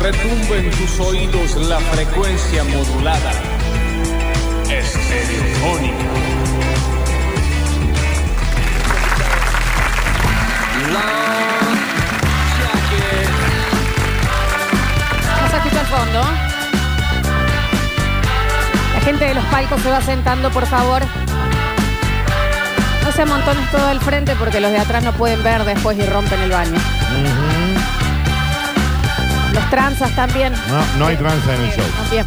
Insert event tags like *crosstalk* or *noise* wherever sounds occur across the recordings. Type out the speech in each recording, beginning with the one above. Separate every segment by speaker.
Speaker 1: retumbe en tus oídos la frecuencia modulada. Estereofónica. Long jacket.
Speaker 2: Vamos a escuchar fondo. La gente de los palcos se va sentando, por favor. No se amontones todo al frente porque los de atrás no pueden ver después y rompen el baño. Los tranzas también.
Speaker 3: No, no hay tranza en el show.
Speaker 2: Bien.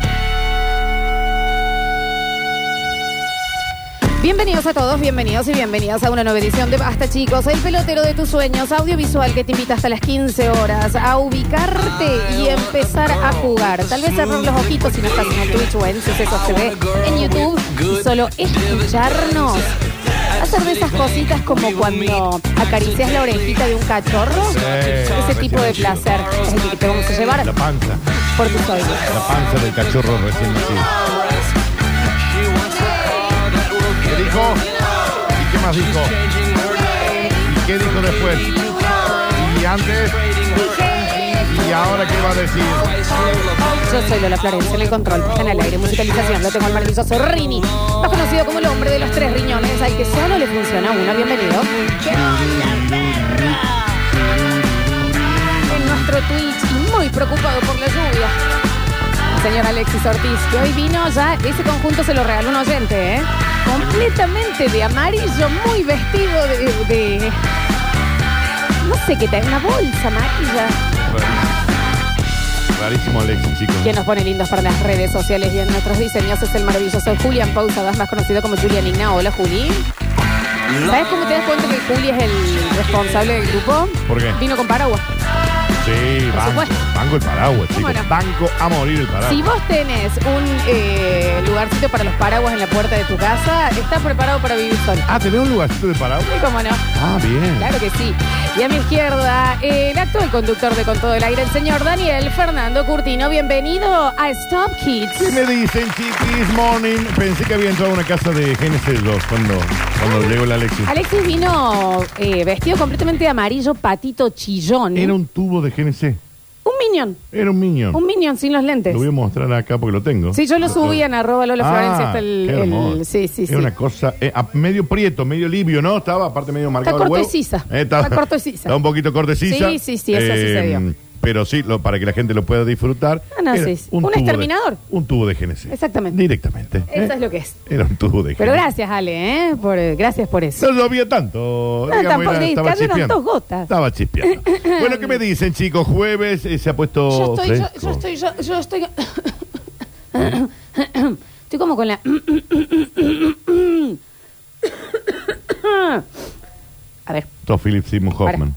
Speaker 2: Bienvenidos a todos, bienvenidos y bienvenidas a una nueva edición de Basta Chicos, el pelotero de tus sueños, audiovisual que te invita hasta las 15 horas a ubicarte y empezar a jugar. Tal vez cerrar los ojitos si no estás en el Twitch o en Sucesos TV, en YouTube, y solo escucharnos. Hacer de esas cositas como cuando acaricias la orejita de un cachorro, ese tipo de placer es el que te vamos a llevar
Speaker 3: La panza,
Speaker 2: por tus oídos.
Speaker 3: la panza del cachorro recién nacido. ¿Qué dijo? ¿Y qué más dijo? ¿Y qué dijo después? ¿Y antes? ¿Y ahora qué va a decir?
Speaker 2: Yo soy Lola Florencia, en el control, en el aire, musicalización, lo tengo al maravilloso Rini, más conocido como el hombre de los tres riñones, al que solo le funciona uno. Bienvenido. En nuestro Twitch, y muy preocupado por la lluvia, el señor Alexis Ortiz, que hoy vino ya, ese conjunto se lo regaló un oyente, ¿eh? Completamente de amarillo, muy vestido de... de- No sé qué trae, una bolsa amarilla.
Speaker 3: Rarísimo. Rarísimo Alexis, chicos.
Speaker 2: Quien nos pone lindos para las redes sociales y en nuestros diseños es el maravilloso Julián Pausadas, más conocido como Julián Igna. Hola, Juli. ¿Sabes cómo te das cuenta que Juli es el responsable del grupo?
Speaker 3: ¿Por qué?
Speaker 2: Vino con paraguas.
Speaker 3: Sí,
Speaker 2: Por
Speaker 3: banco.
Speaker 2: supuesto.
Speaker 3: Banco el paraguas,
Speaker 2: ¿Cómo
Speaker 3: chicos.
Speaker 2: no?
Speaker 3: Banco a morir el paraguas.
Speaker 2: Si vos tenés un eh, lugarcito para los paraguas en la puerta de tu casa, estás preparado para vivir solo.
Speaker 3: Ah, ¿tenés un lugarcito de paraguas?
Speaker 2: ¿Y cómo no?
Speaker 3: Ah, bien.
Speaker 2: Claro que sí. Y a mi izquierda, el actual conductor de Con Todo el Aire, el señor Daniel Fernando Curtino. Bienvenido a Stop
Speaker 3: ¿Qué
Speaker 2: Kids.
Speaker 3: me dicen, chiquis? Morning. Pensé que había entrado a una casa de Genesis 2 cuando, cuando llegó el Alexis.
Speaker 2: Alexis vino eh, vestido completamente de amarillo, patito chillón.
Speaker 3: Era un tubo de GNC.
Speaker 2: Un minion.
Speaker 3: Era un Minion.
Speaker 2: Un minion sin los lentes.
Speaker 3: Lo voy a mostrar acá porque lo tengo.
Speaker 2: Sí, yo lo subí en arroba Lola
Speaker 3: Ah,
Speaker 2: Florencia hasta el,
Speaker 3: qué
Speaker 2: el-
Speaker 3: hermoso.
Speaker 2: Sí, sí, sí.
Speaker 3: Era una cosa eh, a- medio prieto, medio libio, ¿no? Estaba aparte medio marcado el
Speaker 2: corto
Speaker 3: huevo.
Speaker 2: y sisa.
Speaker 3: Eh, estaba,
Speaker 2: Está corto y sisa.
Speaker 3: Estaba un poquito corto y sisa. Em,
Speaker 2: Sí, sí, sí, eso sí se vio.
Speaker 3: Pero sí, lo- para que la gente lo pueda disfrutar.
Speaker 2: Ah, no,
Speaker 3: Era
Speaker 2: sí, sí. Un
Speaker 3: tubo de-
Speaker 2: exterminador.
Speaker 3: un tubo de GNC.
Speaker 2: Exactamente.
Speaker 3: Directamente.
Speaker 2: Eso
Speaker 3: eh.
Speaker 2: es lo que es.
Speaker 3: Era un tubo de GNC.
Speaker 2: Pero gracias, Ale, ¿eh? Por, gracias por eso.
Speaker 3: No llovía tanto.
Speaker 2: No,
Speaker 3: digamos,
Speaker 2: tampoco,
Speaker 3: era-
Speaker 2: sí,
Speaker 3: estaba
Speaker 2: cayeron
Speaker 3: chispeando.
Speaker 2: dos gotas. *laughs*
Speaker 3: Estaba chispeando. bueno, ¿qué me dicen, chicos? Jueves eh, se ha puesto.
Speaker 2: Yo estoy, yo,
Speaker 3: fresco.
Speaker 2: yo estoy, yo, yo estoy. estoy como con *coughs* la. A ver.
Speaker 3: Esto es Philip Simon Hoffman.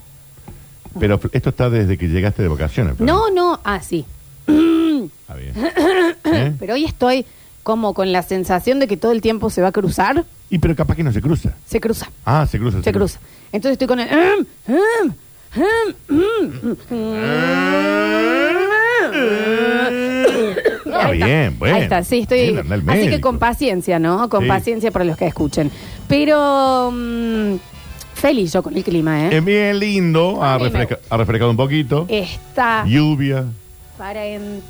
Speaker 3: Pero esto está desde que llegaste de vacaciones. pero-
Speaker 2: No, no. Ah, sí.
Speaker 3: Está bien. ¿Eh?
Speaker 2: Pero hoy estoy como con la sensación de que todo el tiempo se va a cruzar.
Speaker 3: Y pero capaz que no se cruza.
Speaker 2: Se cruza.
Speaker 3: Ah, se cruza.
Speaker 2: Se cruza. Entonces estoy con el. "Mm, mm, mm, mm, mm".
Speaker 3: Ah,
Speaker 2: Ahí está.
Speaker 3: bien, bueno.
Speaker 2: Ahí está, sí, estoy.
Speaker 3: Bien, anda al
Speaker 2: así que
Speaker 3: médico.
Speaker 2: con paciencia, ¿no? Con
Speaker 3: Sí.
Speaker 2: paciencia para los que escuchen. Pero. mm, feliz yo con el clima, ¿eh?
Speaker 3: Es bien lindo.
Speaker 2: A
Speaker 3: Ha,
Speaker 2: mí me Eh, ah.
Speaker 3: refresca- ha refrescado un poquito.
Speaker 2: Está
Speaker 3: Lluvia.
Speaker 2: para
Speaker 3: Al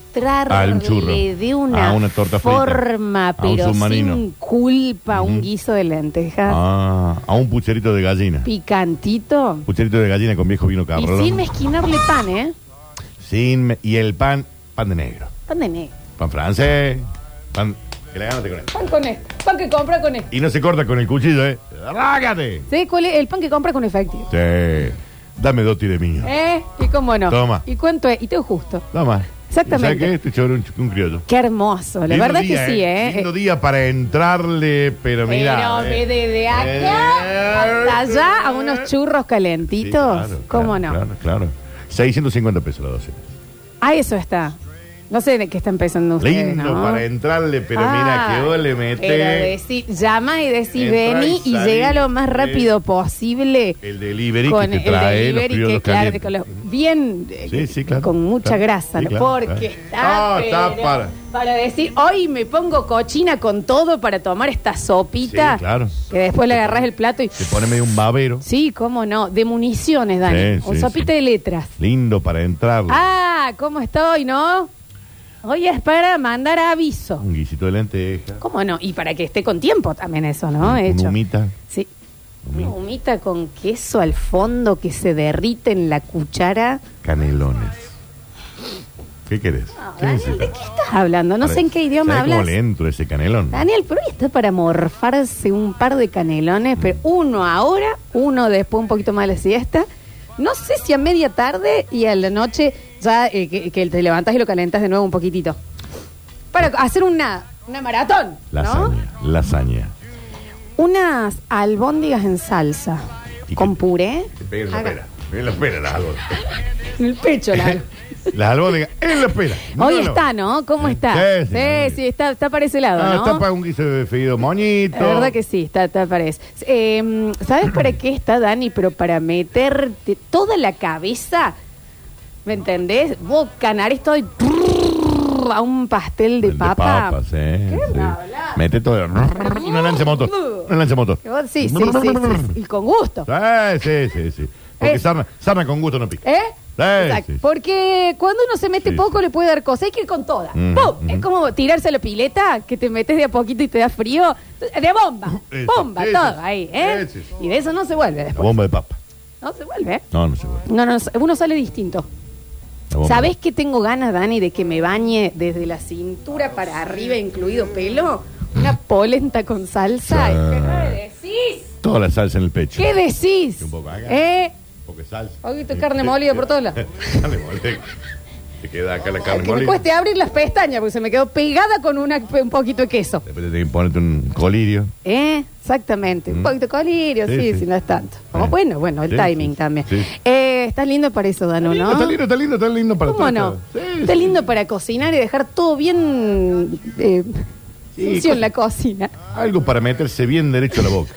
Speaker 3: churro.
Speaker 2: entrarle de una,
Speaker 3: A una torta frita.
Speaker 2: forma,
Speaker 3: A un
Speaker 2: pero
Speaker 3: submarino.
Speaker 2: sin culpa, un guiso de lentejas
Speaker 3: Ah, a un pucherito de gallina.
Speaker 2: picantito
Speaker 3: Pucherito de gallina con viejo vino
Speaker 2: y
Speaker 3: carro.
Speaker 2: sin mezquinarle pan, ¿eh?
Speaker 3: Sin me- y el pan, pan de negro.
Speaker 2: Pan de negro.
Speaker 3: Pan francés. Pan. Que la ganaste con él.
Speaker 2: Pan con esto. Pan que compra con esto.
Speaker 3: Y no se corta con el cuchillo, ¿eh? ¡Rágate!
Speaker 2: ¿Sabes cuál es? El pan que compra con efectivo.
Speaker 3: Sí. Dame dos de mío.
Speaker 2: ¿Eh? ¿Y cómo no?
Speaker 3: Toma.
Speaker 2: ¿Y cuánto es? Y todo justo.
Speaker 3: Toma.
Speaker 2: Exactamente.
Speaker 3: ¿Sabes qué? Este chabón es un, un criollo.
Speaker 2: Qué hermoso. La
Speaker 3: Lindo
Speaker 2: verdad
Speaker 3: día,
Speaker 2: que sí, ¿eh?
Speaker 3: Lindo eh.
Speaker 2: Eh,
Speaker 3: día para entrarle, pero Eh, mira.
Speaker 2: Pero desde acá hasta allá a unos churros calentitos. ¿Cómo no?
Speaker 3: Claro, claro. 650 pesos la docena.
Speaker 2: A eso está. No sé de qué está empezando ustedes,
Speaker 3: Lindo
Speaker 2: ¿no?
Speaker 3: para entrarle, pero
Speaker 2: Ay,
Speaker 3: mira que vos le
Speaker 2: Ah, pero
Speaker 3: metés
Speaker 2: decí- llama y decís
Speaker 3: Entra
Speaker 2: vení
Speaker 3: y
Speaker 2: y
Speaker 3: salí.
Speaker 2: llega lo más rápido posible
Speaker 3: el delivery
Speaker 2: con
Speaker 3: que
Speaker 2: el
Speaker 3: te trae los
Speaker 2: delivery
Speaker 3: fríos,
Speaker 2: que
Speaker 3: los
Speaker 2: claro,
Speaker 3: calientes.
Speaker 2: con los- bien eh,
Speaker 3: Sí, sí, claro,
Speaker 2: con mucha
Speaker 3: claro,
Speaker 2: grasa,
Speaker 3: sí,
Speaker 2: ¿no?
Speaker 3: claro,
Speaker 2: porque
Speaker 3: claro.
Speaker 2: está,
Speaker 3: No, está
Speaker 2: pero para.
Speaker 3: para-
Speaker 2: decir, hoy me pongo cochina con todo para tomar esta sopita,
Speaker 3: Sí, claro.
Speaker 2: que después le agarras el plato y
Speaker 3: Te pone medio un babero.
Speaker 2: sí, cómo no, de municiones, Dani,
Speaker 3: Sí,
Speaker 2: o
Speaker 3: sí,
Speaker 2: sopita
Speaker 3: sí.
Speaker 2: de letras.
Speaker 3: Lindo para entrarle.
Speaker 2: Ah, ¿cómo estoy, no? Hoy es para mandar aviso.
Speaker 3: Un guisito de lenteja.
Speaker 2: ¿Cómo no? Y para que esté con tiempo también eso, ¿no?
Speaker 3: un-
Speaker 2: Ah, Hecho.
Speaker 3: Una humita.
Speaker 2: Sí. Una
Speaker 3: humita,
Speaker 2: humita con queso al fondo que se derrite en la cuchara.
Speaker 3: Canelones. ¿Qué querés? ¿Qué
Speaker 2: Ah, Daniel, ¿de
Speaker 3: necesitas?
Speaker 2: qué estás hablando? No sé en qué idioma
Speaker 3: ¿Sabés
Speaker 2: hablas.
Speaker 3: cómo le entro ese canelón?
Speaker 2: Daniel, pero hoy está para morfarse un par de canelones, pero uno ahora, uno después un poquito más de la siesta. No sé si a media tarde y a la noche ya eh, que, que te levantas y lo calentas de nuevo un poquitito. Para hacer una, una maratón, ¿no?
Speaker 3: Lasaña. Lasaña.
Speaker 2: Unas albóndigas en salsa.
Speaker 3: ¿Y
Speaker 2: Con
Speaker 3: qué-
Speaker 2: puré.
Speaker 3: Te peguen la
Speaker 2: Haga-
Speaker 3: pera. En la pera las albóndigas.
Speaker 2: En el pecho, la.
Speaker 3: *laughs* Las albóndigas en la pera.
Speaker 2: Hoy está, ¿no? ¿Cómo está? Sí,
Speaker 3: Sí, sí,
Speaker 2: sí,
Speaker 3: sí.
Speaker 2: está, está para ese lado,
Speaker 3: Ah,
Speaker 2: ¿no?
Speaker 3: Está para un guiso de fideo moñito.
Speaker 2: La verdad que sí, está, está para eso. Eh, ¿Sabes para qué está, Dani? Pero para meterte toda la cabeza, ¿me entendés? Vos canarés todo y prrrr a un pastel de
Speaker 3: El
Speaker 2: papa.
Speaker 3: papas, eh,
Speaker 2: ¿Qué
Speaker 3: sí.
Speaker 2: me hablas?
Speaker 3: Mete todo. Una lancha motor. Una lancha motor.
Speaker 2: Que vos- Sí, sí, sí, sí, sí, Y con gusto.
Speaker 3: Sí, sí, sí, sí.
Speaker 2: Eh.
Speaker 3: Porque sarna, sarna con gusto no pica.
Speaker 2: ¿Eh?
Speaker 3: Sí,
Speaker 2: Exacto.
Speaker 3: sí.
Speaker 2: Porque cuando uno se mete
Speaker 3: Sí,
Speaker 2: poco le puede dar cosa, hay que ir con toda.
Speaker 3: Mm,
Speaker 2: ¡Pum!
Speaker 3: mm.
Speaker 2: Es como tirarse a la pileta, que te metes de a poquito y te da frío. De bomba,
Speaker 3: *laughs* Eso,
Speaker 2: bomba,
Speaker 3: eso,
Speaker 2: todo ahí, ¿eh?
Speaker 3: eso.
Speaker 2: Y de eso no se vuelve
Speaker 3: La
Speaker 2: después.
Speaker 3: bomba de papa.
Speaker 2: No se vuelve, ¿eh?
Speaker 3: No, no se puede.
Speaker 2: No, no, uno sale distinto.
Speaker 3: La bomba.
Speaker 2: ¿Sabés que tengo ganas, Dani, de que me bañe desde la cintura para arriba, incluido pelo? Una polenta con salsa.
Speaker 3: Sí.
Speaker 2: ¿Qué decís?
Speaker 3: Toda la salsa en el pecho.
Speaker 2: ¿Qué decís?
Speaker 3: Y un poco acá.
Speaker 2: ¿Eh?
Speaker 3: Porque salsa.
Speaker 2: Hoy tu carne molida por todos lados.
Speaker 3: *laughs* carne molida. Te queda acá la carne
Speaker 2: Que me
Speaker 3: molida.
Speaker 2: cueste abrir las pestañas porque se me quedó pegada con una- un poquito de queso.
Speaker 3: Después te tenés que ponerte un colirio.
Speaker 2: ¿Eh? Exactamente. Un
Speaker 3: Mm.
Speaker 2: poquito de colirio, sí,
Speaker 3: Sí,
Speaker 2: sí,
Speaker 3: sí.
Speaker 2: no es tanto.
Speaker 3: Eh.
Speaker 2: Bueno, bueno, el
Speaker 3: Sí,
Speaker 2: timing
Speaker 3: sí,
Speaker 2: también.
Speaker 3: sí.
Speaker 2: Eh, estás lindo para eso, Danu, ¿no?
Speaker 3: Está lindo, está lindo, está lindo para
Speaker 2: ¿Cómo
Speaker 3: todo.
Speaker 2: no?
Speaker 3: Sí,
Speaker 2: Está
Speaker 3: sí.
Speaker 2: lindo para cocinar y dejar todo bien eh,
Speaker 3: Sí,
Speaker 2: sucio en
Speaker 3: cosa-
Speaker 2: la cocina.
Speaker 3: Algo para meterse bien derecho a la
Speaker 2: *laughs*
Speaker 3: boca.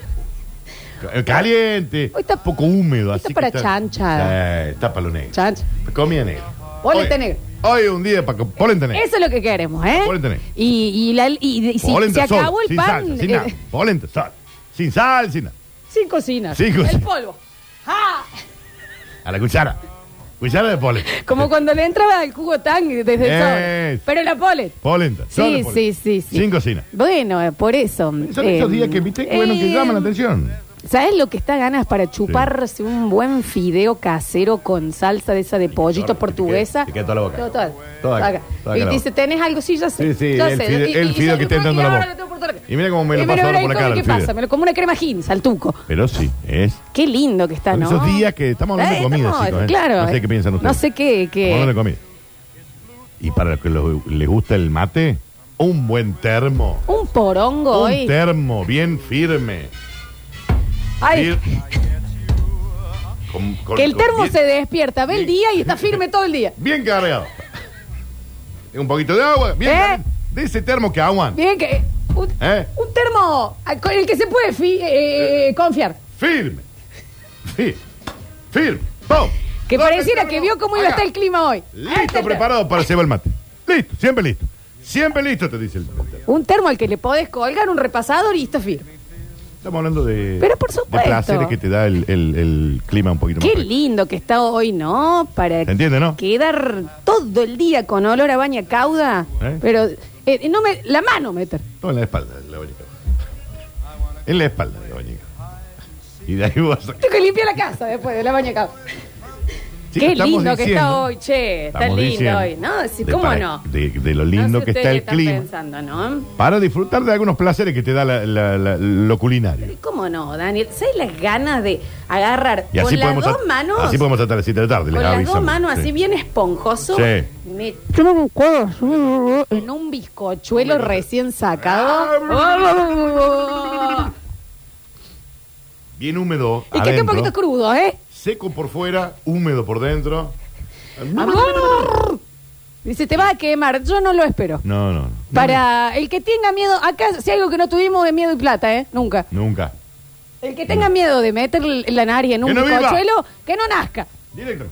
Speaker 3: Ca- Caliente,
Speaker 2: Hoy está-
Speaker 3: un poco húmedo.
Speaker 2: hoy
Speaker 3: así
Speaker 2: está para
Speaker 3: que
Speaker 2: chanchada.
Speaker 3: Eh, está para lo negro.
Speaker 2: Chancha.
Speaker 3: Comida negra.
Speaker 2: Polenta
Speaker 3: Hoy-
Speaker 2: negra.
Speaker 3: Hoy es un día para polenta negra.
Speaker 2: Eso es lo que queremos, ¿eh?
Speaker 3: Polenta negra.
Speaker 2: Y, y, la- y- y si
Speaker 3: polenta
Speaker 2: se
Speaker 3: sola,
Speaker 2: acabó el
Speaker 3: sin
Speaker 2: pan,
Speaker 3: salsa, sin nada.
Speaker 2: eh,
Speaker 3: Polenta, sal. Sin sal, sin nada.
Speaker 2: *laughs* sin cocina.
Speaker 3: Sin cocina.
Speaker 2: El polvo. ¡Ah!
Speaker 3: A la cuchara. Cuchara de polenta.
Speaker 2: Como cuando le entraba el jugo tang desde el
Speaker 3: Eh.
Speaker 2: sobre. Pero la polet.
Speaker 3: Polenta. sola
Speaker 2: Sí,
Speaker 3: polenta.
Speaker 2: sí, sí, sí.
Speaker 3: Sin cocina.
Speaker 2: Bueno, eh, por eso.
Speaker 3: Son
Speaker 2: eh,
Speaker 3: esos días que viste bueno, que
Speaker 2: eh,
Speaker 3: llaman la atención.
Speaker 2: ¿Sabes lo que está ganas para chuparse un buen fideo casero con salsa de esa de pollito
Speaker 3: Ahora,
Speaker 2: portuguesa?
Speaker 3: te queda- te queda toda la boca.
Speaker 2: Todo, todo,
Speaker 3: Toda
Speaker 2: todo
Speaker 3: acá,
Speaker 2: acá.
Speaker 3: toda acá
Speaker 2: Y
Speaker 3: la
Speaker 2: te
Speaker 3: boca.
Speaker 2: dice, ¿tenés algo? Sí, yo sé.
Speaker 3: Sí, sí,
Speaker 2: yo
Speaker 3: el
Speaker 2: sé.
Speaker 3: fide-
Speaker 2: Y-
Speaker 3: el
Speaker 2: y-
Speaker 3: fideo
Speaker 2: y-
Speaker 3: que está
Speaker 2: y-
Speaker 3: entrando en la
Speaker 2: ahora
Speaker 3: boca.
Speaker 2: lo tengo por toda la cara.
Speaker 3: Y mira cómo me lo
Speaker 2: Y mira, mira,
Speaker 3: pasó por la
Speaker 2: ¿cómo-
Speaker 3: cara
Speaker 2: ¿Qué
Speaker 3: el fideo.
Speaker 2: pasa? Me lo como una crema gins al tuco.
Speaker 3: Pero sí, es.
Speaker 2: Qué lindo que está,
Speaker 3: Son
Speaker 2: ¿no?
Speaker 3: esos días que estamos hablando de comida,
Speaker 2: estamos-
Speaker 3: chicos, ¿eh?
Speaker 2: Claro.
Speaker 3: No sé
Speaker 2: eh.
Speaker 3: qué piensan ustedes.
Speaker 2: No sé qué... qué-
Speaker 3: Estamos hablando de comida. Y para los que lo- les gusta el mate, un buen termo.
Speaker 2: Un porongo
Speaker 3: Un
Speaker 2: hoy.
Speaker 3: termo bien firme.
Speaker 2: Ay,
Speaker 3: Fir- Con- con-
Speaker 2: que el
Speaker 3: con-
Speaker 2: termo
Speaker 3: bien-
Speaker 2: se despierta, ve el
Speaker 3: Bien.
Speaker 2: día y está firme todo el día.
Speaker 3: Bien cargado. Un poquito de agua. Bien
Speaker 2: ¿Eh?
Speaker 3: cargado. De ese termo que aguan.
Speaker 2: Bien que... Un,
Speaker 3: ¿Eh?
Speaker 2: un termo al- con el que se puede fi- eh, confiar.
Speaker 3: Firme. Firme. Firme. ¡Pum!
Speaker 2: Que
Speaker 3: Toca el
Speaker 2: pareciera
Speaker 3: termo.
Speaker 2: que vio cómo iba a
Speaker 3: Acá.
Speaker 2: estar el clima hoy. Ahí está
Speaker 3: Listo,
Speaker 2: el
Speaker 3: preparado para llevar el mate. Listo, siempre listo. Siempre listo, te dice el
Speaker 2: termo. Un termo al que le podés colgar un repasador y está firme.
Speaker 3: Estamos hablando de,
Speaker 2: Pero por supuesto.
Speaker 3: de placeres que te da el, el- el clima un poquito más.
Speaker 2: Qué
Speaker 3: fresco.
Speaker 2: lindo que está hoy, ¿no? Para
Speaker 3: ¿Se entiende, pues. no?
Speaker 2: quedar todo el día con olor a baña cauda.
Speaker 3: ¿Eh?
Speaker 2: Pero eh, no me, la mano meter.
Speaker 3: No, en la espalda, la bañica. En la espalda, la bañica. Y de ahí vas a...
Speaker 2: Tengo que limpiar la casa después de la baña cauda.
Speaker 3: Chicos,
Speaker 2: Qué
Speaker 3: estamos
Speaker 2: lindo que está
Speaker 3: diciendo-
Speaker 2: hoy, che. Está
Speaker 3: estamos
Speaker 2: lindo
Speaker 3: diciendo
Speaker 2: hoy, ¿no? Sí,
Speaker 3: de
Speaker 2: ¿Cómo
Speaker 3: para-
Speaker 2: no?
Speaker 3: De, de lo
Speaker 2: No
Speaker 3: lindo
Speaker 2: sé
Speaker 3: que está
Speaker 2: ustedes
Speaker 3: el
Speaker 2: qué están
Speaker 3: clima.
Speaker 2: pensando, ¿no?
Speaker 3: Para disfrutar de algunos placeres que te da la- la- la- lo culinario.
Speaker 2: ¿Cómo no, Daniel? ¿Sabes las ganas de agarrar
Speaker 3: Y así
Speaker 2: con las
Speaker 3: podemos
Speaker 2: dos
Speaker 3: tra-
Speaker 2: manos?
Speaker 3: Así podemos tratar la cita de tarde.
Speaker 2: Con
Speaker 3: les
Speaker 2: las dos
Speaker 3: avisamos.
Speaker 2: manos
Speaker 3: Sí.
Speaker 2: así bien esponjoso.
Speaker 3: Sí.
Speaker 2: Me en un bizcochuelo recién sacado.
Speaker 3: Ah, Bien húmedo.
Speaker 2: y que esté un
Speaker 3: adentro,
Speaker 2: poquito crudo, ¿eh?
Speaker 3: Seco por fuera, húmedo por dentro.
Speaker 2: Dice, te vas a quemar. Yo no lo espero.
Speaker 3: No, no, no.
Speaker 2: Para el que tenga miedo, acá si algo que no tuvimos es miedo y plata, ¿eh? Nunca.
Speaker 3: Nunca.
Speaker 2: El que tenga miedo de meter la nariz en un
Speaker 3: Que no viva.
Speaker 2: cochuelo, que no nazca.
Speaker 3: Directo.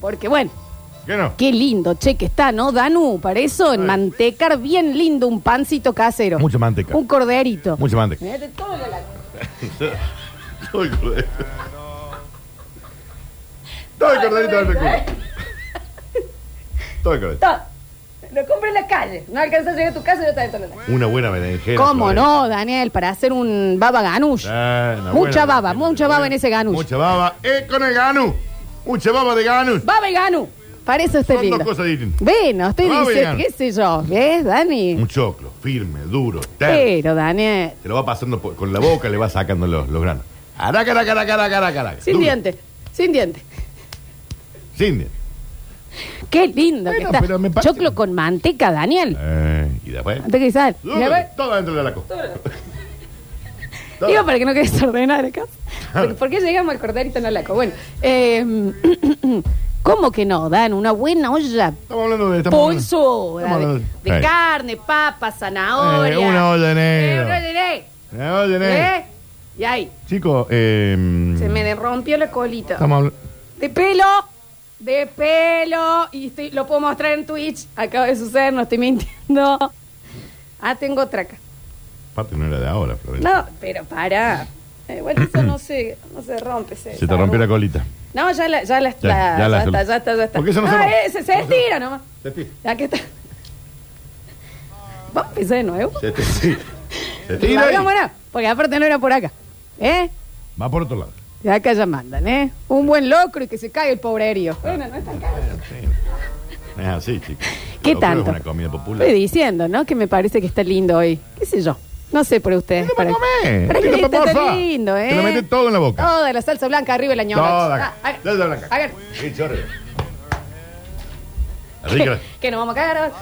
Speaker 2: Porque bueno,
Speaker 3: ¿Qué no?
Speaker 2: qué lindo, che, que está, ¿no, Danu? Para eso, en mantecar bien lindo un pancito casero.
Speaker 3: Mucha manteca.
Speaker 2: Un corderito. *laughs*
Speaker 3: Mucha manteca.
Speaker 2: Mete todo lo- la-
Speaker 3: Todo el corderito. Todo el corderito del recuerdo. Todo el corderito.
Speaker 2: Eh, Todo. Lo compré en la calle. No alcanzas a llegar a tu casa y ya está dentro de la calle.
Speaker 3: Una buena berenjena.
Speaker 2: ¿Cómo
Speaker 3: Florencia.
Speaker 2: no, Daniel? Para hacer un baba ganush.
Speaker 3: Eh,
Speaker 2: Mucha
Speaker 3: una buena
Speaker 2: baba,
Speaker 3: berenjena.
Speaker 2: mucha baba en ese ganus.
Speaker 3: Mucha baba. ¡Eh, con el ganus! Mucha baba de ganus.
Speaker 2: Baba y ganu. Para eso está
Speaker 3: Son
Speaker 2: lindo.
Speaker 3: dos cosas distintas.
Speaker 2: Bueno, estoy
Speaker 3: Baba y
Speaker 2: diciendo,
Speaker 3: ganu.
Speaker 2: qué sé yo, ¿ves, Dani?
Speaker 3: Un choclo, firme, duro, terno.
Speaker 2: Pero, Daniel,
Speaker 3: Te lo va pasando por- con la boca, le va sacando los, los granos. Araca, araca, araca, araca, araca, araca.
Speaker 2: sin
Speaker 3: Duro.
Speaker 2: dientes, sin dientes.
Speaker 3: Sin dientes.
Speaker 2: Qué lindo
Speaker 3: Bueno,
Speaker 2: que
Speaker 3: pero me
Speaker 2: está.
Speaker 3: parece-
Speaker 2: Choclo con manteca, Daniel.
Speaker 3: Eh, y después.
Speaker 2: Manteca y sal.
Speaker 3: Duro,
Speaker 2: Mira, ve.
Speaker 3: Todo dentro de la copa. *laughs* Todo.
Speaker 2: Digo para que no quedes ordenar
Speaker 3: *laughs*
Speaker 2: acá.
Speaker 3: Claro.
Speaker 2: Porque- ¿Por qué llegamos al corderito en la laco? Bueno, eh, *clears throat* ¿cómo que no, Dan? Una buena olla
Speaker 3: Estamos hablando de. estamos hablando-
Speaker 2: pulsuda
Speaker 3: estamos
Speaker 2: de,
Speaker 3: hablando-
Speaker 2: de
Speaker 3: Sí.
Speaker 2: carne, papa, zanahoria.
Speaker 3: Eh, una olla de negro.
Speaker 2: Eh, una olla de negro.
Speaker 3: Eh, oye, nene.
Speaker 2: ¿Eh? Y ahí,
Speaker 3: Chicos, eh,
Speaker 2: se me rompió la colita.
Speaker 3: estamos hablando.
Speaker 2: De pelo, de pelo. Y estoy- lo puedo mostrar en Twitch. Acaba de suceder, no estoy mintiendo. Ah, tengo otra acá.
Speaker 3: Parte no era de ahora, Florencia.
Speaker 2: No, pero para. Igual eso no se, no se rompe. Se,
Speaker 3: Se te rompió la colita.
Speaker 2: No, ya la, ya la
Speaker 3: Ya,
Speaker 2: está, ya,
Speaker 3: ya la-
Speaker 2: está, ya está, ya está.
Speaker 3: Porque eso no se
Speaker 2: Ah,
Speaker 3: rompe.
Speaker 2: eh, se, se estira nomás.
Speaker 3: Se estira.
Speaker 2: Aquí está. Vamos a empezar de nuevo.
Speaker 3: Se te- sí.
Speaker 2: *laughs*
Speaker 3: Se
Speaker 2: La
Speaker 3: tira.
Speaker 2: broma
Speaker 3: y-
Speaker 2: era, porque aparte no era por acá. ¿Eh?
Speaker 3: Va por otro lado.
Speaker 2: De acá ya mandan, ¿eh? Un buen locro y que se caiga el pobrerío.
Speaker 3: Ah,
Speaker 2: Bueno, no es tan caro.
Speaker 3: Es así, chicos.
Speaker 2: ¿Qué
Speaker 3: Lo creo
Speaker 2: tanto?
Speaker 3: Es una comida popular.
Speaker 2: Estoy diciendo, ¿no? Que me parece que está lindo hoy. ¿Qué sé yo? No sé por ustedes.
Speaker 3: Déjame
Speaker 2: para-
Speaker 3: comer,
Speaker 2: para que
Speaker 3: déjame,
Speaker 2: está tan
Speaker 3: porfa.
Speaker 2: lindo, ¿eh?
Speaker 3: Te lo metes todo en la boca.
Speaker 2: Toda la salsa blanca arriba de la ñoca.
Speaker 3: Toda acá.
Speaker 2: Ah, a ver.
Speaker 3: Toda blanca.
Speaker 2: A ver.
Speaker 3: Sí, chorre.
Speaker 2: *laughs*
Speaker 3: Rica.
Speaker 2: Que nos vamos a cagar. ahora.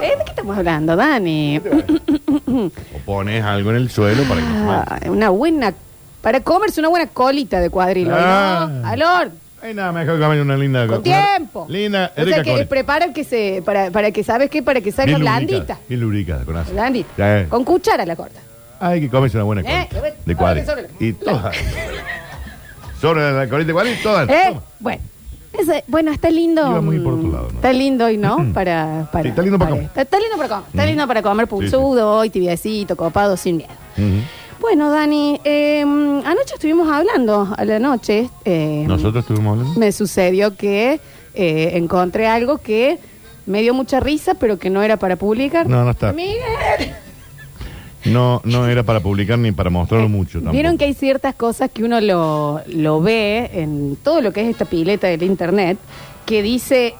Speaker 2: Eh, ¿De qué estamos hablando, Dani?
Speaker 3: O pones algo en el suelo para que no se
Speaker 2: *laughs* Ah, una buena. Para comerse una buena colita de cuadrilo.
Speaker 3: Ah.
Speaker 2: ¿no? Alor.
Speaker 3: Hay nada mejor que comer una linda.
Speaker 2: Con
Speaker 3: una
Speaker 2: tiempo.
Speaker 3: Linda,
Speaker 2: O
Speaker 3: rica
Speaker 2: sea que
Speaker 3: con-
Speaker 2: prepara que se. Para, para que sabes que para que salga
Speaker 3: bien
Speaker 2: blandita.
Speaker 3: lubricada, Bien lubricada, con ácido.
Speaker 2: Blandita.
Speaker 3: Sí.
Speaker 2: Con cuchara la corta.
Speaker 3: Hay que comerse una buena
Speaker 2: Eh,
Speaker 3: colita.
Speaker 2: a ver,
Speaker 3: de
Speaker 2: a ver,
Speaker 3: cuadril.
Speaker 2: sobre la-
Speaker 3: Y toda. sobre la colita de cuadril, toda.
Speaker 2: ¿Eh?
Speaker 3: Ah, Toma.
Speaker 2: Bueno. Ese- bueno, está lindo.
Speaker 3: Iba muy
Speaker 2: mm,
Speaker 3: por otro lado, ¿no? Mm.
Speaker 2: Está lindo hoy, ¿no? Para, para-
Speaker 3: Sí, está lindo para comer. Mm.
Speaker 2: Está, está lindo para comer. Está lindo para comer pulsudo hoy, tibiacito, copado, sin miedo.
Speaker 3: Ujú.
Speaker 2: Bueno, Dani, eh, anoche estuvimos hablando a la noche. eh,
Speaker 3: Nosotros estuvimos hablando.
Speaker 2: Me sucedió que eh, encontré algo que me dio mucha risa, pero que no era para publicar.
Speaker 3: No, no está.
Speaker 2: Miguel.
Speaker 3: No, no era para publicar ni para mostrarlo mucho tampoco.
Speaker 2: Eh, Vieron que hay ciertas cosas que uno lo, lo ve en todo lo que es esta pileta del internet que dice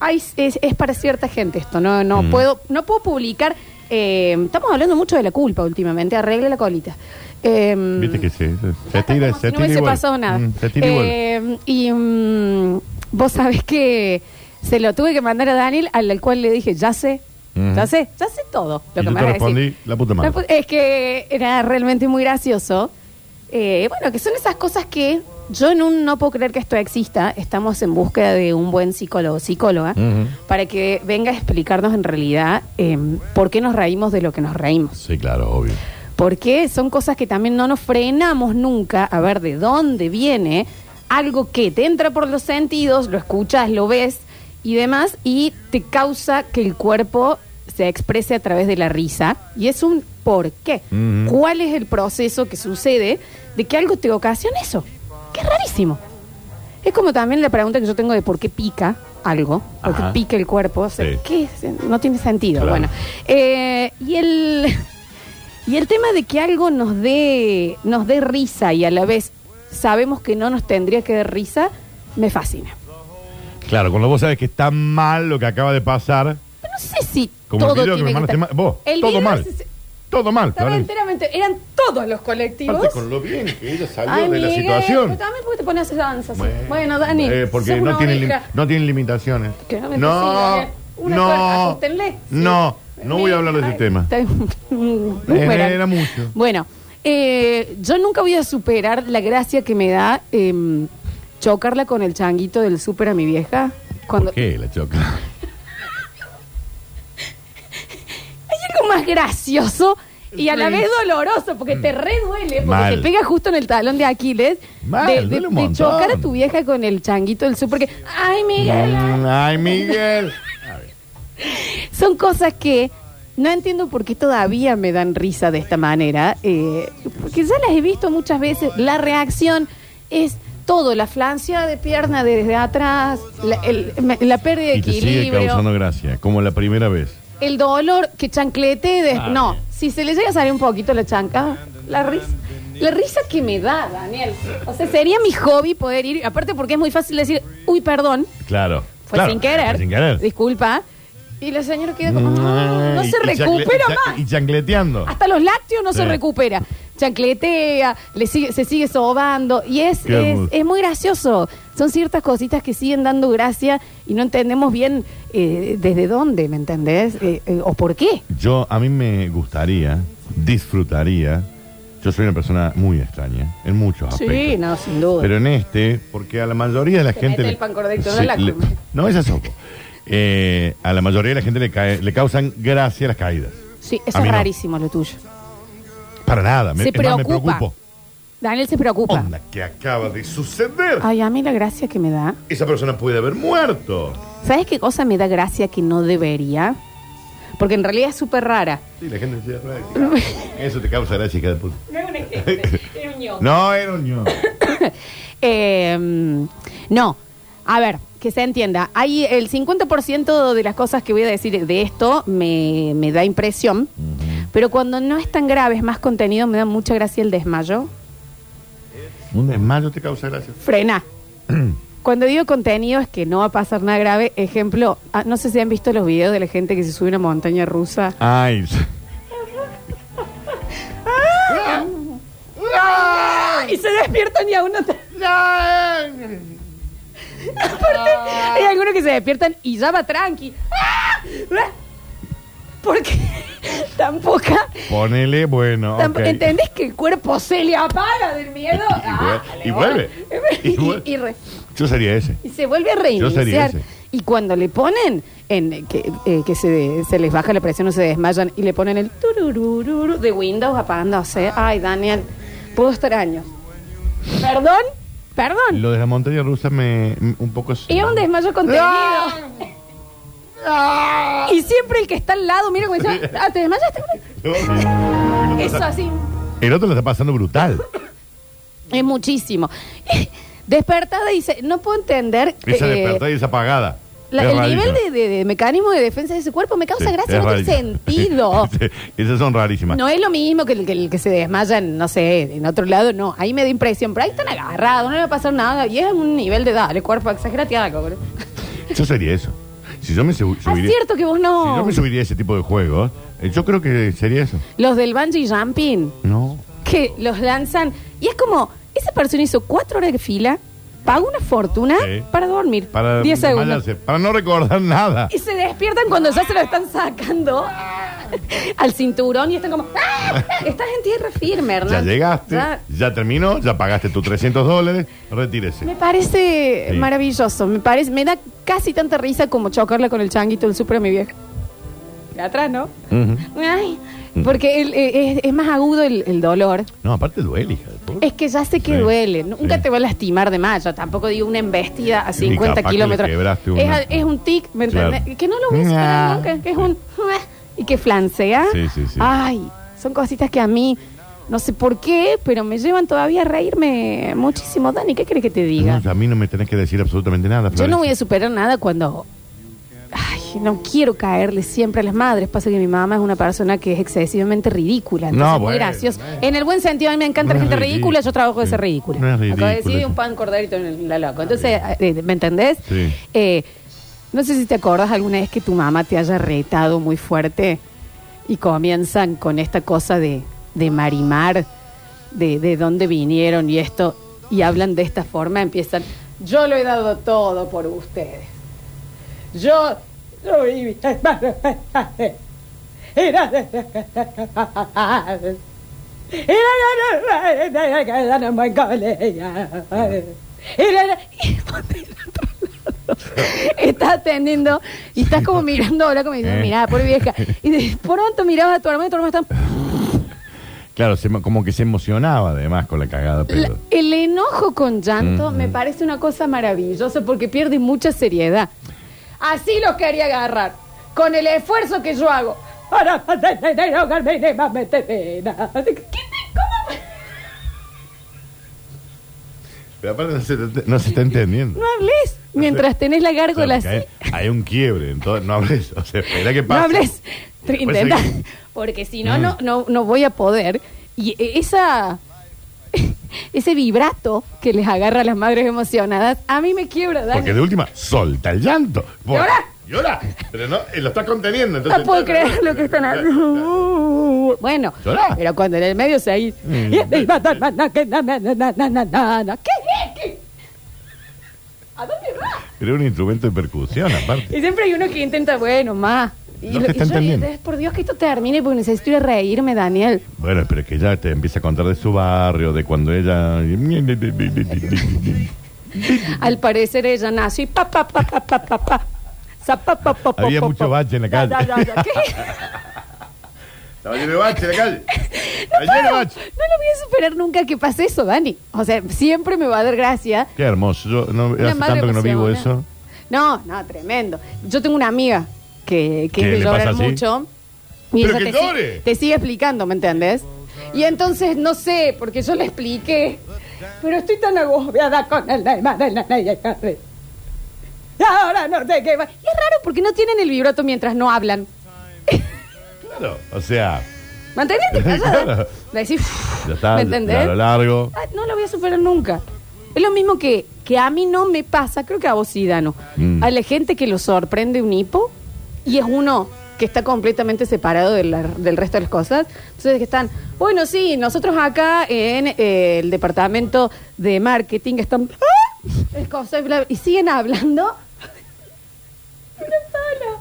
Speaker 2: "Ay, es, es para cierta gente esto, no,
Speaker 3: Mm.
Speaker 2: no puedo, no puedo publicar. eh, estamos hablando mucho de la culpa últimamente, arregle la colita. Em,
Speaker 3: Viste que se, se, se
Speaker 2: Acá
Speaker 3: tira,
Speaker 2: como
Speaker 3: se
Speaker 2: si no
Speaker 3: tira
Speaker 2: hubiese
Speaker 3: y vuelve.
Speaker 2: pasado nada.
Speaker 3: Mm, se tira y vuelve.
Speaker 2: Eh, y mm, vos sabés que se lo tuve que mandar a Daniel, al, al cual le dije, ya sé,
Speaker 3: Ujú.
Speaker 2: ya sé, ya sé todo lo que
Speaker 3: Y yo
Speaker 2: me
Speaker 3: te
Speaker 2: vas a decir".
Speaker 3: respondí, "La puta madre".
Speaker 2: pu- es que era realmente muy gracioso. Eh, bueno, que son esas cosas que yo en un no puedo creer que esto exista. Estamos en búsqueda de un buen psicólogo, psicóloga,
Speaker 3: Ujú.
Speaker 2: para que venga a explicarnos en realidad eh, por qué nos reímos de lo que nos reímos.
Speaker 3: Sí, claro, obvio.
Speaker 2: Porque son cosas que también no nos frenamos nunca a ver de dónde viene algo que te entra por los sentidos, lo escuchas, lo ves y demás, y te causa que el cuerpo se exprese a través de la risa. Y es un por qué.
Speaker 3: Ujú.
Speaker 2: ¿Cuál es el proceso que sucede de que algo te ocasiona eso? Que es rarísimo. Es como también la pregunta que yo tengo de por qué pica algo, por qué
Speaker 3: Ajá.
Speaker 2: pica el cuerpo. O sea,
Speaker 3: Sí.
Speaker 2: ¿qué? No tiene sentido.
Speaker 3: Claro.
Speaker 2: Bueno, eh, y el... *laughs* Y el tema de que algo nos dé, nos dé risa y a la vez sabemos que no nos tendría que dar risa, me fascina.
Speaker 3: Claro, cuando vos sabes que está mal lo que acaba de pasar,
Speaker 2: Pero no sé si
Speaker 3: como
Speaker 2: todo
Speaker 3: el video que
Speaker 2: tiene
Speaker 3: me
Speaker 2: que
Speaker 3: mandaste
Speaker 2: estar-
Speaker 3: mal- vos,
Speaker 2: El
Speaker 3: todo
Speaker 2: video
Speaker 3: mal.
Speaker 2: se- se-
Speaker 3: Todo mal,
Speaker 2: estaba
Speaker 3: Florencia.
Speaker 2: enteramente, eran todos los colectivos.
Speaker 3: Aparte con lo bien que ella salió
Speaker 2: Ay,
Speaker 3: de la
Speaker 2: Miguel,
Speaker 3: situación.
Speaker 2: pero también porque te pones a danza. así. Bueno, Dani.
Speaker 3: Eh, porque
Speaker 2: sos
Speaker 3: no
Speaker 2: una
Speaker 3: tienen, lim-
Speaker 2: oveja.
Speaker 3: no tienen limitaciones.
Speaker 2: Que no me
Speaker 3: No,
Speaker 2: persigan, eh. Una sola,
Speaker 3: no,
Speaker 2: ajustenle, sí.
Speaker 3: no, no voy a hablar de ese
Speaker 2: Ay,
Speaker 3: tema.
Speaker 2: está bien. Un *laughs* número.
Speaker 3: era mucho.
Speaker 2: Bueno, eh, yo nunca voy a superar la gracia que me da em, chocarla con el changuito del súper a mi vieja. Cuando,
Speaker 3: ¿Por qué la choca?
Speaker 2: es gracioso y a la vez doloroso, porque te re duele, porque
Speaker 3: Mm. Mal.
Speaker 2: te pega justo en el talón de Aquiles.
Speaker 3: Mal,
Speaker 2: de, de-
Speaker 3: duele un
Speaker 2: de
Speaker 3: montón.
Speaker 2: chocar a tu vieja con el changuito del súper. Que, Ay, Miguel.
Speaker 3: Mm,
Speaker 2: *laughs*
Speaker 3: Ay, Miguel.
Speaker 2: Son cosas que no entiendo por qué todavía me dan risa de esta manera, eh, porque ya las he visto muchas veces. La reacción es todo, la flancia de pierna desde atrás, la, el- me- la pérdida de
Speaker 3: Y te sigue causando
Speaker 2: equilibrio,
Speaker 3: gracia, como la primera vez.
Speaker 2: el dolor que chanclete. de-
Speaker 3: Ah,
Speaker 2: no,
Speaker 3: bien.
Speaker 2: si se le llega a salir un poquito la chanca, la risa. La risa que me da, Daniel. O sea, sería mi hobby poder ir, aparte porque es muy fácil decir, uy, perdón,
Speaker 3: Claro.
Speaker 2: fue
Speaker 3: claro,
Speaker 2: sin querer.
Speaker 3: fue sin querer.
Speaker 2: Disculpa. Y la señora queda como.
Speaker 3: Mm,
Speaker 2: "Ah, No
Speaker 3: y-
Speaker 2: se
Speaker 3: y chancle-
Speaker 2: recupera
Speaker 3: cha-
Speaker 2: más.
Speaker 3: Y chancleteando.
Speaker 2: Hasta los lácteos no
Speaker 3: Sí.
Speaker 2: se recupera. Chancletea, le sigue, se sigue sobando. Y es,
Speaker 3: Qué
Speaker 2: es,
Speaker 3: hermoso.
Speaker 2: es muy gracioso. Son ciertas cositas que siguen dando gracia y no entendemos bien eh, desde dónde, ¿me entendés? Eh, eh, o por qué.
Speaker 3: Yo, a mí me gustaría, disfrutaría. Yo soy una persona muy extraña, en muchos aspectos.
Speaker 2: Sí, no, sin duda.
Speaker 3: Pero en este, porque a la mayoría de la
Speaker 2: Te
Speaker 3: gente.
Speaker 2: mete
Speaker 3: le-
Speaker 2: el pan cordecto en la
Speaker 3: le-
Speaker 2: lágrima.
Speaker 3: no, esa es soco. Eh, a la mayoría de la gente le, cae- le causan gracia las caídas.
Speaker 2: Sí,
Speaker 3: A
Speaker 2: eso
Speaker 3: mí
Speaker 2: es
Speaker 3: no.
Speaker 2: rarísimo lo tuyo.
Speaker 3: Para nada. Me,
Speaker 2: se
Speaker 3: es más, me
Speaker 2: preocupa.
Speaker 3: preocupo.
Speaker 2: Daniel se preocupa.
Speaker 3: Onda que acaba de suceder.
Speaker 2: Ay, a mí la gracia que me da.
Speaker 3: Esa persona puede haber muerto.
Speaker 2: ¿Sabes qué cosa me da gracia que no debería? Porque en realidad es súper rara.
Speaker 3: Sí, la gente decía, "Ay, Eso te causa gracia, hija de puta.
Speaker 2: No es un ejemplo, es un ñoco.
Speaker 3: No, era un ñoco.
Speaker 2: Eh, no, a ver, que se entienda. Hay el 50% de las cosas que voy a decir de esto me, me da impresión, pero cuando no es tan grave, es más contenido, me da mucha gracia el desmayo.
Speaker 3: Un desmayo te causa gracia.
Speaker 2: Frena. Cuando digo contenido es que no va a pasar nada grave. Ejemplo, ah, no sé si han visto los videos de la gente que se sube a una montaña rusa.
Speaker 3: Ay.
Speaker 2: Y se despiertan y aún no te- Aparte, hay algunos que se despiertan y ya va tranqui. ¡Ah! ¡Ah! Porque *laughs* tampoco.
Speaker 3: Ponele, bueno.
Speaker 2: tamp-
Speaker 3: ok.
Speaker 2: ¿Entendés que el cuerpo se le apaga del miedo?
Speaker 3: Y- y vuel- y vuelve.
Speaker 2: Y,
Speaker 3: Y vuelve.
Speaker 2: y re-
Speaker 3: Yo sería ese.
Speaker 2: y se vuelve a
Speaker 3: sería
Speaker 2: reiniciar.
Speaker 3: ese.
Speaker 2: Y cuando le ponen en que, eh, que se, se les baja la presión o se desmayan y le ponen el tururururu de Windows apagándose. Ay, Daniel, puedo estar años. Perdón, perdón.
Speaker 3: Lo de la montaña rusa me. m- un poco.
Speaker 2: Y es un desmayo contenido. Y siempre el que está al lado, mira como
Speaker 3: *laughs*
Speaker 2: dice, ah, te desmayaste. Eso así.
Speaker 3: El otro lo está pasando brutal.
Speaker 2: Es muchísimo. *laughs* Despertada y dice, no puedo entender
Speaker 3: Esa
Speaker 2: eh,
Speaker 3: despertada y esa apagada.
Speaker 2: la-
Speaker 3: Es
Speaker 2: el
Speaker 3: rarísimo.
Speaker 2: nivel de, de- de mecanismo de defensa de ese cuerpo me causa
Speaker 3: Sí,
Speaker 2: gracia,
Speaker 3: es
Speaker 2: no tiene
Speaker 3: rarísimo.
Speaker 2: sentido.
Speaker 3: *laughs* Sí, Esas son rarísimas.
Speaker 2: No es lo mismo que el, que el que se desmaya, en, no sé, en otro lado, no. Ahí me da impresión, pero ahí están agarrados, no le va a pasar nada. Y es un nivel de edad, el cuerpo exagerate algo. boludo.
Speaker 3: Yo sería eso. Si yo me subi-
Speaker 2: Ah,
Speaker 3: subiría.
Speaker 2: es cierto que vos
Speaker 3: Si yo
Speaker 2: no.
Speaker 3: me subiría a ese tipo de juegos, eh, yo creo que sería eso.
Speaker 2: Los del bungee jumping.
Speaker 3: No.
Speaker 2: que los lanzan. Y es como, esa persona hizo cuatro horas de fila, pagó una fortuna
Speaker 3: Sí.
Speaker 2: para dormir.
Speaker 3: Para
Speaker 2: 10 segundos.
Speaker 3: desmayarse, para no recordar nada.
Speaker 2: Y se despiertan cuando ya se lo están
Speaker 3: *laughs*
Speaker 2: sacando al cinturón y están como, ¡Ah! estás en tierra firme,
Speaker 3: Ya
Speaker 2: Hernán.
Speaker 3: llegaste, ya,
Speaker 2: Ya.
Speaker 3: terminó, ya pagaste tus 300 dólares, retírese.
Speaker 2: Me parece
Speaker 3: Sí.
Speaker 2: maravilloso, me parece, me da casi tanta risa como chocarla con el changuito del super de mi vieja. De atrás, ¿no?
Speaker 3: Ujú.
Speaker 2: Ay,
Speaker 3: Mm.
Speaker 2: porque el- eh, es, es más agudo el- el dolor.
Speaker 3: No, aparte duele, hija de puta.
Speaker 2: Es que ya sé que
Speaker 3: Sí,
Speaker 2: duele. Nunca
Speaker 3: sí.
Speaker 2: te va a lastimar de más. Yo tampoco digo una embestida a
Speaker 3: Sí,
Speaker 2: 50
Speaker 3: capaz que le
Speaker 2: kilómetros.
Speaker 3: quebraste una.
Speaker 2: Es, a- es un tic, ¿me
Speaker 3: Claro.
Speaker 2: entendés? Que no lo voy a superar
Speaker 3: Ah.
Speaker 2: nunca. Que es un. *laughs* Y que flancea.
Speaker 3: Sí, sí, sí.
Speaker 2: Ay, son cositas que a mí. No sé por qué, pero me llevan todavía a reírme muchísimo. Dani, ¿qué crees que te diga?
Speaker 3: No, a mí no me tenés que decir absolutamente nada.
Speaker 2: Yo no voy a
Speaker 3: Florencia.
Speaker 2: superar nada cuando. Ay, no quiero caerle siempre a las madres. Pasa que mi mamá es una persona que es excesivamente ridícula. Entonces,
Speaker 3: No,
Speaker 2: es muy
Speaker 3: bueno,
Speaker 2: gracioso.
Speaker 3: bueno.
Speaker 2: En el buen sentido, a mí me encanta
Speaker 3: No
Speaker 2: la
Speaker 3: es
Speaker 2: gente
Speaker 3: ridículo.
Speaker 2: ridícula. Yo trabajo de
Speaker 3: Sí.
Speaker 2: ser ridícula.
Speaker 3: No es
Speaker 2: Acabo de decir
Speaker 3: ridículo.
Speaker 2: un pan corderito en la loca. Entonces, eh, ¿me entendés?
Speaker 3: Sí.
Speaker 2: Eh, no sé si te acordás alguna vez que tu mamá te haya retado muy fuerte y comienzan con esta cosa de, de marimar, de, de dónde vinieron y esto, y hablan de esta forma, empiezan, yo lo he dado todo por ustedes. Yo, yo viví. Era- era- era- era- estás atendiendo y estás como mirando ahora como diciendo,
Speaker 3: Eh.
Speaker 2: mirá, por vieja. Y de pronto mirabas a tu hermano y tu hermano está...
Speaker 3: Claro, se- como que se emocionaba además con la cagada,
Speaker 2: La-
Speaker 3: pero.
Speaker 2: el enojo con llanto me parece una cosa maravillosa porque pierde mucha seriedad. Así los quería agarrar, con el esfuerzo que yo hago. Para ahogarme de más me te pena. ¿Qué te- cómo?
Speaker 3: Pero aparte no se, te- no se está entendiendo.
Speaker 2: No hables mientras tenés la
Speaker 3: Claro,
Speaker 2: gárgola
Speaker 3: porque
Speaker 2: así.
Speaker 3: hay, hay un quiebre, entonces no hables. O sea, espera que
Speaker 2: No
Speaker 3: pase.
Speaker 2: hables.
Speaker 3: Después
Speaker 2: Intenta.
Speaker 3: seguimos.
Speaker 2: Porque si
Speaker 3: Mm.
Speaker 2: no, no, no, no voy a poder. Y eh, esa. *laughs* Ese vibrato que les agarra a las madres emocionadas, a mí me quiebra, Dani.
Speaker 3: Porque de última, solta el llanto. Vos-
Speaker 2: ¿Llora?
Speaker 3: Llora. Pero no, eh, lo estás conteniendo. Entonces,
Speaker 2: No puedo creer lo que están haciendo. Bueno,
Speaker 3: ¿Llorá?
Speaker 2: pero cuando en el medio se ahí. este
Speaker 3: Mm.
Speaker 2: ¿Qué es? este? ¿A dónde va?
Speaker 3: Pero es un instrumento de percusión, aparte.
Speaker 2: Y siempre hay uno que intenta, bueno, más. Y,
Speaker 3: No se está
Speaker 2: y yo,
Speaker 3: entendiendo.
Speaker 2: "Dios, por Dios que esto termine porque necesito ir a reírme, Daniel.
Speaker 3: Bueno, pero es que ya te empieza a contar de su barrio, de cuando ella.
Speaker 2: Al parecer ella nació y pa pa pa pa pa pa pa. Sa, pa, pa, pa, pa,
Speaker 3: Había
Speaker 2: pa,
Speaker 3: mucho
Speaker 2: pa.
Speaker 3: bache en la
Speaker 2: Ya,
Speaker 3: calle.
Speaker 2: ya, ya, ya.
Speaker 3: *laughs*
Speaker 2: ¿Qué?
Speaker 3: Estaba lleno de bache en la calle.
Speaker 2: *laughs* No,
Speaker 3: Estaba lleno de
Speaker 2: puedo.
Speaker 3: bache.
Speaker 2: No lo voy a superar nunca que pase eso, Dani. O sea, siempre me va a dar gracia
Speaker 3: Qué hermoso. Yo no,
Speaker 2: Una
Speaker 3: hace
Speaker 2: madre ¿eh?
Speaker 3: tanto que no vivo
Speaker 2: emocionada.
Speaker 3: eso.
Speaker 2: No, no, tremendo. Yo tengo una amiga que, que
Speaker 3: ¿Qué
Speaker 2: es de
Speaker 3: le
Speaker 2: llorar
Speaker 3: pasa así?
Speaker 2: mucho. Y
Speaker 3: Pero
Speaker 2: ella
Speaker 3: que
Speaker 2: te, si-
Speaker 3: llore.
Speaker 2: te sigue explicando, ¿me entendés? Y entonces no sé, porque yo le expliqué, pero estoy tan agobiada con el alma de la ley de- Y ahora no sé qué va. Y es raro porque no tienen el vibrato mientras no hablan.
Speaker 3: Claro. O sea,
Speaker 2: Mantenete
Speaker 3: *laughs*
Speaker 2: callada.
Speaker 3: Claro.
Speaker 2: Decís,
Speaker 3: ya está.
Speaker 2: ¿me entendés?
Speaker 3: A lo largo.
Speaker 2: Ah, no lo voy a superar nunca. Es lo mismo que, que a mí no me pasa, creo que a vos sí, Dano.
Speaker 3: Mm.
Speaker 2: A la gente que lo sorprende un hipo y es uno que está completamente separado de la- del resto de las cosas. Entonces que están, bueno, sí, nosotros acá en eh, el departamento de marketing están... ¡Ah! Es cosa, y bla- y siguen hablando.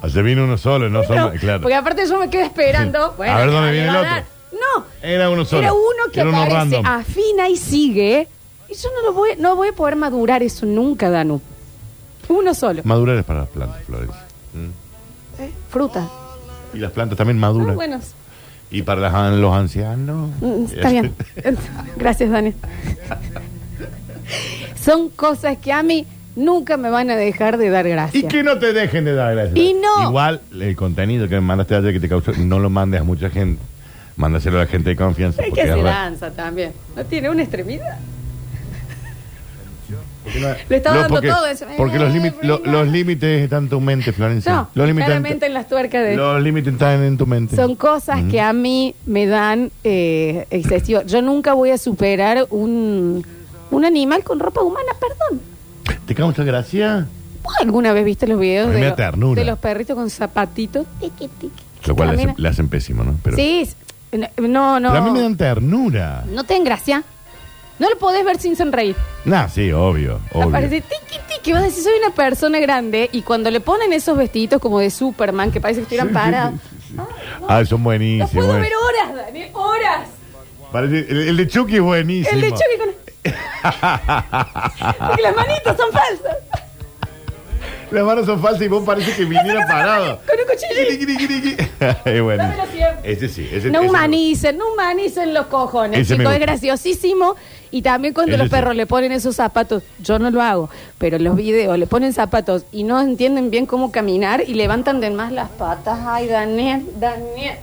Speaker 3: Allá vino uno solo, no
Speaker 2: No,
Speaker 3: solo. Claro.
Speaker 2: Porque aparte yo me quedo esperando.
Speaker 3: Sí.
Speaker 2: Bueno,
Speaker 3: A ver dónde
Speaker 2: le
Speaker 3: viene
Speaker 2: va
Speaker 3: el
Speaker 2: a dar.
Speaker 3: otro.
Speaker 2: No.
Speaker 3: Era uno solo.
Speaker 2: Era uno que
Speaker 3: Era uno
Speaker 2: aparece,
Speaker 3: random.
Speaker 2: afina y sigue. Y yo no lo voy, no voy a poder madurar eso nunca, Danu. Uno solo.
Speaker 3: Madurar es para las plantas, Florencia.
Speaker 2: Fruta.
Speaker 3: Ah, Y las plantas también maduran.
Speaker 2: Ah, bueno, s-
Speaker 3: Y para las- los ancianos.
Speaker 2: mm, está
Speaker 3: *laughs*
Speaker 2: bien. Gracias, Dani. Son cosas que a mí nunca me van a dejar de dar
Speaker 3: Y
Speaker 2: gracias.
Speaker 3: que no te dejen de dar gracias.
Speaker 2: Y no.
Speaker 3: Igual el contenido que me mandaste ayer que te causó, no lo mandes a mucha gente. Mándaselo a la gente de confianza.
Speaker 2: Es
Speaker 3: porque
Speaker 2: que
Speaker 3: es
Speaker 2: se
Speaker 3: raro.
Speaker 2: lanza también. No tiene una extremidad.
Speaker 3: Porque no-
Speaker 2: Le estaba
Speaker 3: lo-
Speaker 2: dando
Speaker 3: porque,
Speaker 2: todo eso.
Speaker 3: Porque los, límites- lo- los límites están en tu mente, Florencia.
Speaker 2: No,
Speaker 3: los límites
Speaker 2: claramente en las tuercas de...
Speaker 3: los límites están en tu mente.
Speaker 2: Son cosas que a mí me dan eh, excesivo. Yo nunca voy a superar un, un animal con ropa humana, perdón.
Speaker 3: Mm. ¿Te causa gracia?
Speaker 2: ¿Vos alguna vez viste los
Speaker 3: A
Speaker 2: videos
Speaker 3: mí me
Speaker 2: de,
Speaker 3: da
Speaker 2: lo-
Speaker 3: ternura.
Speaker 2: de los perritos con zapatitos? Tiqui, tiqui,
Speaker 3: Lo cual le
Speaker 2: camina?
Speaker 3: hacen, le hacen pésimo, ¿no? Pero,
Speaker 2: Sí, s- no, no.
Speaker 3: pero a mí me dan ternura.
Speaker 2: No te gracia. No lo podés ver sin sonreír.
Speaker 3: Nah, sí, obvio. obvio.
Speaker 2: Aparece tiqui, tiqui. Vos decís, soy una persona grande. Y cuando le ponen esos vestiditos como de Superman, que parece que estuvieran parados.
Speaker 3: Ah, son
Speaker 2: Los
Speaker 3: buenísimos.
Speaker 2: puedo
Speaker 3: eh.
Speaker 2: ver horas, Daniel, horas.
Speaker 3: Parece- el, el de Chucky es buenísimo.
Speaker 2: El de
Speaker 3: *laughs*
Speaker 2: Chucky con... Porque las manitas son falsas.
Speaker 3: Las manos son falsas y vos parece que viniera parado.
Speaker 2: Con un cuchillo.
Speaker 3: Guiri, guiri, guiri. *laughs* Es bueno.
Speaker 2: Dámelo siempre.
Speaker 3: Ese sí. *laughs* Ese,
Speaker 2: No
Speaker 3: ese-
Speaker 2: humanicen, no humanicen los cojones,
Speaker 3: Ese me
Speaker 2: chicos. Es
Speaker 3: gusta.
Speaker 2: graciosísimo. Y también cuando
Speaker 3: Ese
Speaker 2: los
Speaker 3: sí.
Speaker 2: perros le ponen esos zapatos, yo no lo hago, pero en los videos le ponen zapatos y no entienden bien cómo caminar y levantan de más las patas. Ay, Daniel, Daniel.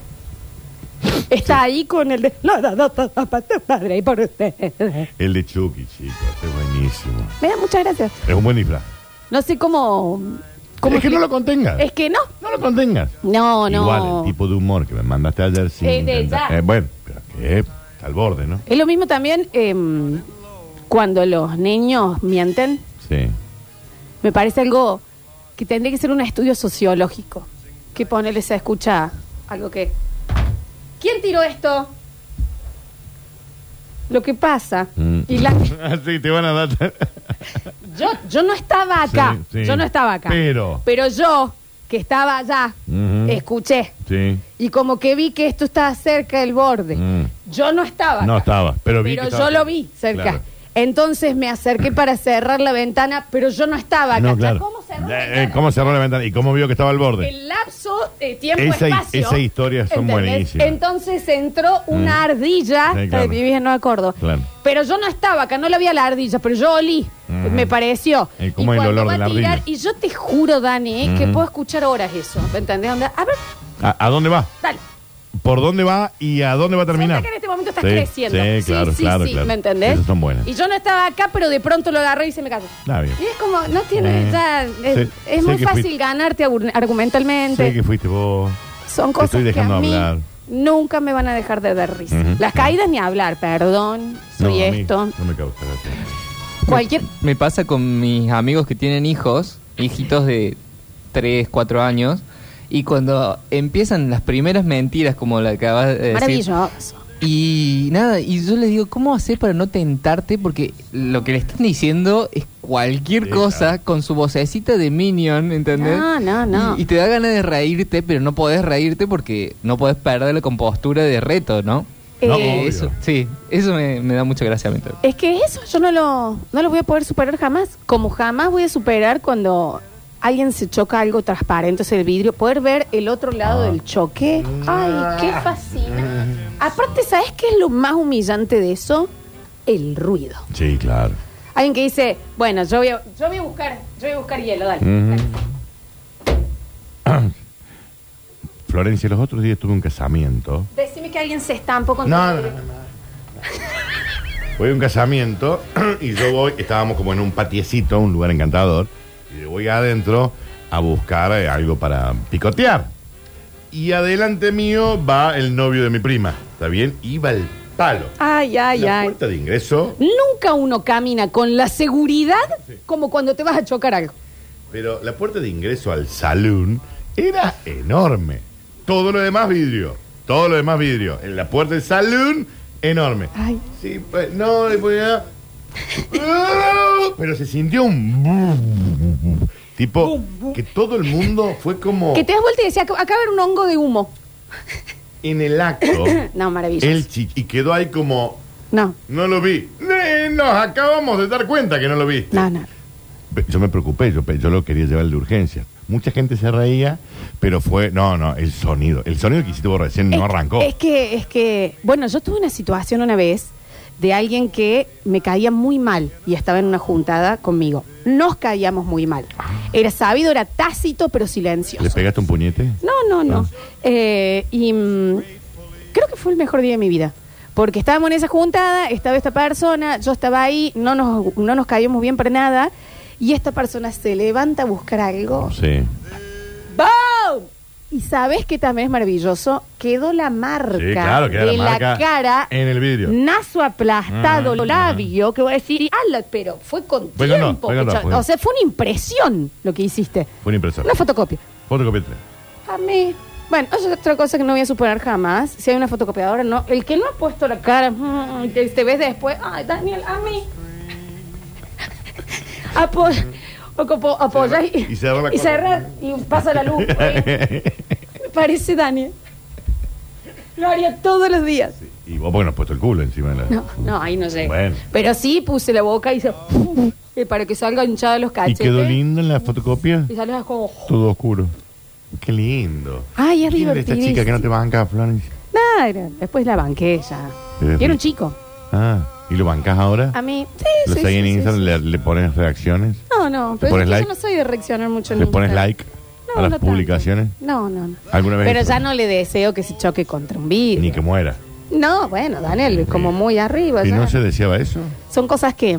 Speaker 2: Está ahí con el de. No, no, no, zapatos, padre, y por usted. Me
Speaker 3: El de Chucky, chicos. Es buenísimo.
Speaker 2: da muchas gracias.
Speaker 3: Es un buen disfraz.
Speaker 2: No sé cómo. cómo
Speaker 3: es que no lo contengas.
Speaker 2: Es que no.
Speaker 3: No lo contengas.
Speaker 2: No, no.
Speaker 3: Igual, el tipo de humor que me mandaste ayer sí.
Speaker 2: Eh, de
Speaker 3: intenta-
Speaker 2: ya.
Speaker 3: eh, bueno, pero que al borde, ¿no?
Speaker 2: Es lo mismo también em, cuando los niños mienten.
Speaker 3: Sí.
Speaker 2: Me parece algo que tendría que ser un estudio sociológico. Que ponerle se escucha algo que. ¿Quién tiró esto? Lo que pasa.
Speaker 3: Mm.
Speaker 2: Y
Speaker 3: *laughs*
Speaker 2: la-
Speaker 3: sí, te van a dar. *laughs*
Speaker 2: yo, yo no estaba acá.
Speaker 3: Sí, sí.
Speaker 2: Yo no estaba acá.
Speaker 3: Pero.
Speaker 2: Pero yo, que estaba allá,
Speaker 3: Ujú.
Speaker 2: escuché.
Speaker 3: sí.
Speaker 2: Y como que vi que esto estaba cerca del borde.
Speaker 3: Mm.
Speaker 2: Yo no estaba.
Speaker 3: No
Speaker 2: acá.
Speaker 3: estaba, pero vi
Speaker 2: Pero
Speaker 3: que
Speaker 2: yo
Speaker 3: estaba
Speaker 2: lo
Speaker 3: cerca.
Speaker 2: vi cerca.
Speaker 3: Claro.
Speaker 2: Entonces me acerqué para cerrar la ventana, pero yo no estaba acá.
Speaker 3: No, claro.
Speaker 2: ¿Cómo cerrar
Speaker 3: Eh, eh, ¿Cómo cerró la ventana? ¿Y cómo vio que estaba al borde?
Speaker 2: El lapso de tiempo
Speaker 3: Esa-
Speaker 2: espacio.
Speaker 3: esas historias son buenísimas. Mm.
Speaker 2: Entonces entró una ardilla.
Speaker 3: Sí, claro.
Speaker 2: eh, Vivía en Nueva Córdoba.
Speaker 3: Claro.
Speaker 2: Pero yo no estaba acá, no la vi a la ardilla, pero yo olí.
Speaker 3: Ujú.
Speaker 2: Me pareció.
Speaker 3: ¿Y Mm. Eh, cómo
Speaker 2: Y
Speaker 3: es el
Speaker 2: cuando
Speaker 3: olor
Speaker 2: va
Speaker 3: de la
Speaker 2: a tirar-
Speaker 3: ardilla?
Speaker 2: Y
Speaker 3: Mm.
Speaker 2: yo te juro, Dani, eh, que
Speaker 3: Ujú.
Speaker 2: puedo escuchar horas eso. ¿Me entendés? Onda, a ver,
Speaker 3: ¿A, a dónde va?
Speaker 2: dale.
Speaker 3: ¿Por dónde va y a dónde va a terminar?
Speaker 2: Nota que en este momento estás
Speaker 3: Sí,
Speaker 2: creciendo.
Speaker 3: Sí, claro, claro, claro.
Speaker 2: ¿Me entendés?
Speaker 3: Esas son buenas.
Speaker 2: Y yo no estaba acá, pero de pronto lo agarré y se me cayó.
Speaker 3: Está bien.
Speaker 2: Y es como, no tiene.
Speaker 3: Eh,
Speaker 2: ya, es
Speaker 3: sé-
Speaker 2: es
Speaker 3: sé
Speaker 2: muy
Speaker 3: que
Speaker 2: fácil
Speaker 3: fuiste-
Speaker 2: ganarte argu- argumentalmente.
Speaker 3: Sé que fuiste vos.
Speaker 2: Son
Speaker 3: Te
Speaker 2: cosas
Speaker 3: estoy dejando
Speaker 2: que a mí
Speaker 3: hablar.
Speaker 2: nunca me van a dejar de dar risa.
Speaker 3: Ujú.
Speaker 2: Las caídas ni hablar, perdón,
Speaker 3: No,
Speaker 2: soy
Speaker 3: a mí
Speaker 2: esto.
Speaker 3: No me causa gracia.
Speaker 2: Cualquier...
Speaker 4: Me pasa con mis amigos que tienen hijos, hijitos de 3, 4 años, y cuando empiezan las primeras mentiras, como la que acabas de decir.
Speaker 2: Maravilloso.
Speaker 4: Y nada, y yo les digo, ¿cómo hacer para no tentarte? Porque lo que le están diciendo es cualquier
Speaker 3: Sí,
Speaker 4: cosa
Speaker 3: claro.
Speaker 4: con su vocecita de Minion, ¿entendés?
Speaker 2: No, no, no.
Speaker 4: Y, y te da ganas de reírte, pero no podés reírte porque no podés perder la compostura de reto, ¿no?
Speaker 3: No,
Speaker 2: Eh,
Speaker 3: obvio.
Speaker 4: eso, sí, eso me, me da mucha gracia a mí también.
Speaker 2: Es que eso yo no lo, no lo voy a poder superar jamás. Como jamás voy a superar cuando alguien se choca algo transparente, o sea, el vidrio, poder ver el otro lado
Speaker 3: Ah.
Speaker 2: del choque. Ay, qué fascina. Aparte, ¿sabes qué es lo más humillante de eso? El ruido.
Speaker 3: Sí, claro.
Speaker 2: Alguien que dice, bueno, yo voy a, yo voy a buscar, yo voy a buscar hielo, dale.
Speaker 3: Mm.
Speaker 2: dale.
Speaker 3: Ujú. Florencia, los otros días tuve un casamiento.
Speaker 2: Decime que alguien se estampó con
Speaker 3: No, no, no, no. Voy a un casamiento *clears throat* y yo voy, estábamos como en un patiecito, un lugar encantador, y yo voy adentro a buscar eh, algo para picotear. Y adelante mío va el novio de mi prima, ¿está bien? Iba el palo.
Speaker 2: Ay, ay,
Speaker 3: la
Speaker 2: ay.
Speaker 3: puerta de ingreso,
Speaker 2: Nunca uno camina con la seguridad como cuando te vas a chocar algo.
Speaker 3: pero la puerta de ingreso al salón era enorme. Todo lo demás vidrio, todo lo demás vidrio. En la puerta del salón, enorme.
Speaker 2: Ay.
Speaker 3: Sí, pues, no, le ponía. Pero se sintió un. Tipo, que todo el mundo fue como.
Speaker 2: Que te das vuelta y decías, acá ver un hongo de humo.
Speaker 3: En
Speaker 2: *coughs*
Speaker 3: el acto.
Speaker 2: No, maravilloso.
Speaker 3: el chi- y quedó ahí como.
Speaker 2: No,
Speaker 3: No lo vi. Eh, Nos acabamos de dar cuenta que no lo viste.
Speaker 2: no, no.
Speaker 3: Pe- Yo me preocupé, yo, pe- yo lo quería llevar de urgencias. Mucha gente se reía, pero fue. No, no, el sonido. El sonido que hiciste vos recién no
Speaker 2: Es-
Speaker 3: arrancó.
Speaker 2: Es que, es que, bueno, yo tuve una situación una vez de alguien que me caía muy mal y estaba en una juntada conmigo. Nos caíamos muy mal. Era sabido, era tácito, pero silencioso.
Speaker 3: Ah. ¿Le pegaste un puñete?
Speaker 2: No, no, no.
Speaker 3: Ah.
Speaker 2: Eh, y mm, creo que fue el mejor día de mi vida. Porque estábamos en esa juntada, estaba esta persona, yo estaba ahí, no nos, no nos caíamos bien para nada. Y esta persona se levanta a buscar algo.
Speaker 3: Sí.
Speaker 2: ¡Boom! Y sabes que también es maravilloso, quedó la marca
Speaker 3: Sí, claro, queda la
Speaker 2: de la,
Speaker 3: marca
Speaker 2: cara
Speaker 3: en el vidrio.
Speaker 2: Naso aplastado,
Speaker 3: Mm,
Speaker 2: lo labio, que voy a decir, ala, pero fue con
Speaker 3: Fue con no,
Speaker 2: tiempo.
Speaker 3: fue con no,
Speaker 2: que yo-
Speaker 3: fue con-
Speaker 2: O sea, fue una impresión lo que hiciste.
Speaker 3: Fue una impresora.
Speaker 2: Una fotocopia.
Speaker 3: Fotocopia tres.
Speaker 2: A mí. Bueno, eso es otra cosa que no voy a superar jamás. Si hay una fotocopiadora, no. El que no ha puesto la cara, mm, te, te ves después. Ay, Daniel, a mí. *laughs* Apo- o como apoyas y,
Speaker 3: Y cerrar la
Speaker 2: y
Speaker 3: cosa.
Speaker 2: cerrar y pasa la pues. luz. *laughs* Me parece Daniel. Lo haría todos los días.
Speaker 3: *laughs* Y vos porque no has puesto el culo encima de la.
Speaker 2: No, no, ahí no llegué.
Speaker 3: Bueno.
Speaker 2: Pero sí puse la boca y se, eh, para que salga hinchada los
Speaker 3: ¿Y
Speaker 2: cachetes.
Speaker 3: quedó lindo en la fotocopia?
Speaker 2: Y sales como.
Speaker 3: Todo oscuro. Qué lindo.
Speaker 2: Ay, es
Speaker 3: ¿Quién era esta chica que no te banca, Florencia?
Speaker 2: No, era- después la banqué ya.
Speaker 3: Eh,
Speaker 2: Y era un chico.
Speaker 3: Ah, ¿y lo bancás ahora?
Speaker 2: A mí. Sí,
Speaker 3: ¿Lo
Speaker 2: sí,
Speaker 3: seguís
Speaker 2: sí,
Speaker 3: en
Speaker 2: sí,
Speaker 3: Instagram?
Speaker 2: sí.
Speaker 3: Le, le pones reacciones?
Speaker 2: No, no, pero
Speaker 3: pones
Speaker 2: es que
Speaker 3: like?
Speaker 2: yo no soy de reaccionar mucho en
Speaker 3: ¿Le pones
Speaker 2: Instagram.
Speaker 3: like
Speaker 2: No,
Speaker 3: a las
Speaker 2: no tanto.
Speaker 3: publicaciones?
Speaker 2: No, no, no.
Speaker 3: ¿Alguna vez?
Speaker 2: Pero
Speaker 3: hizo?
Speaker 2: ya no le deseo que se choque contra un vidrio.
Speaker 3: Ni que muera.
Speaker 2: No, bueno, Daniel, como muy arriba.
Speaker 3: ¿Y
Speaker 2: ya.
Speaker 3: no se deseaba eso?
Speaker 2: Son cosas que,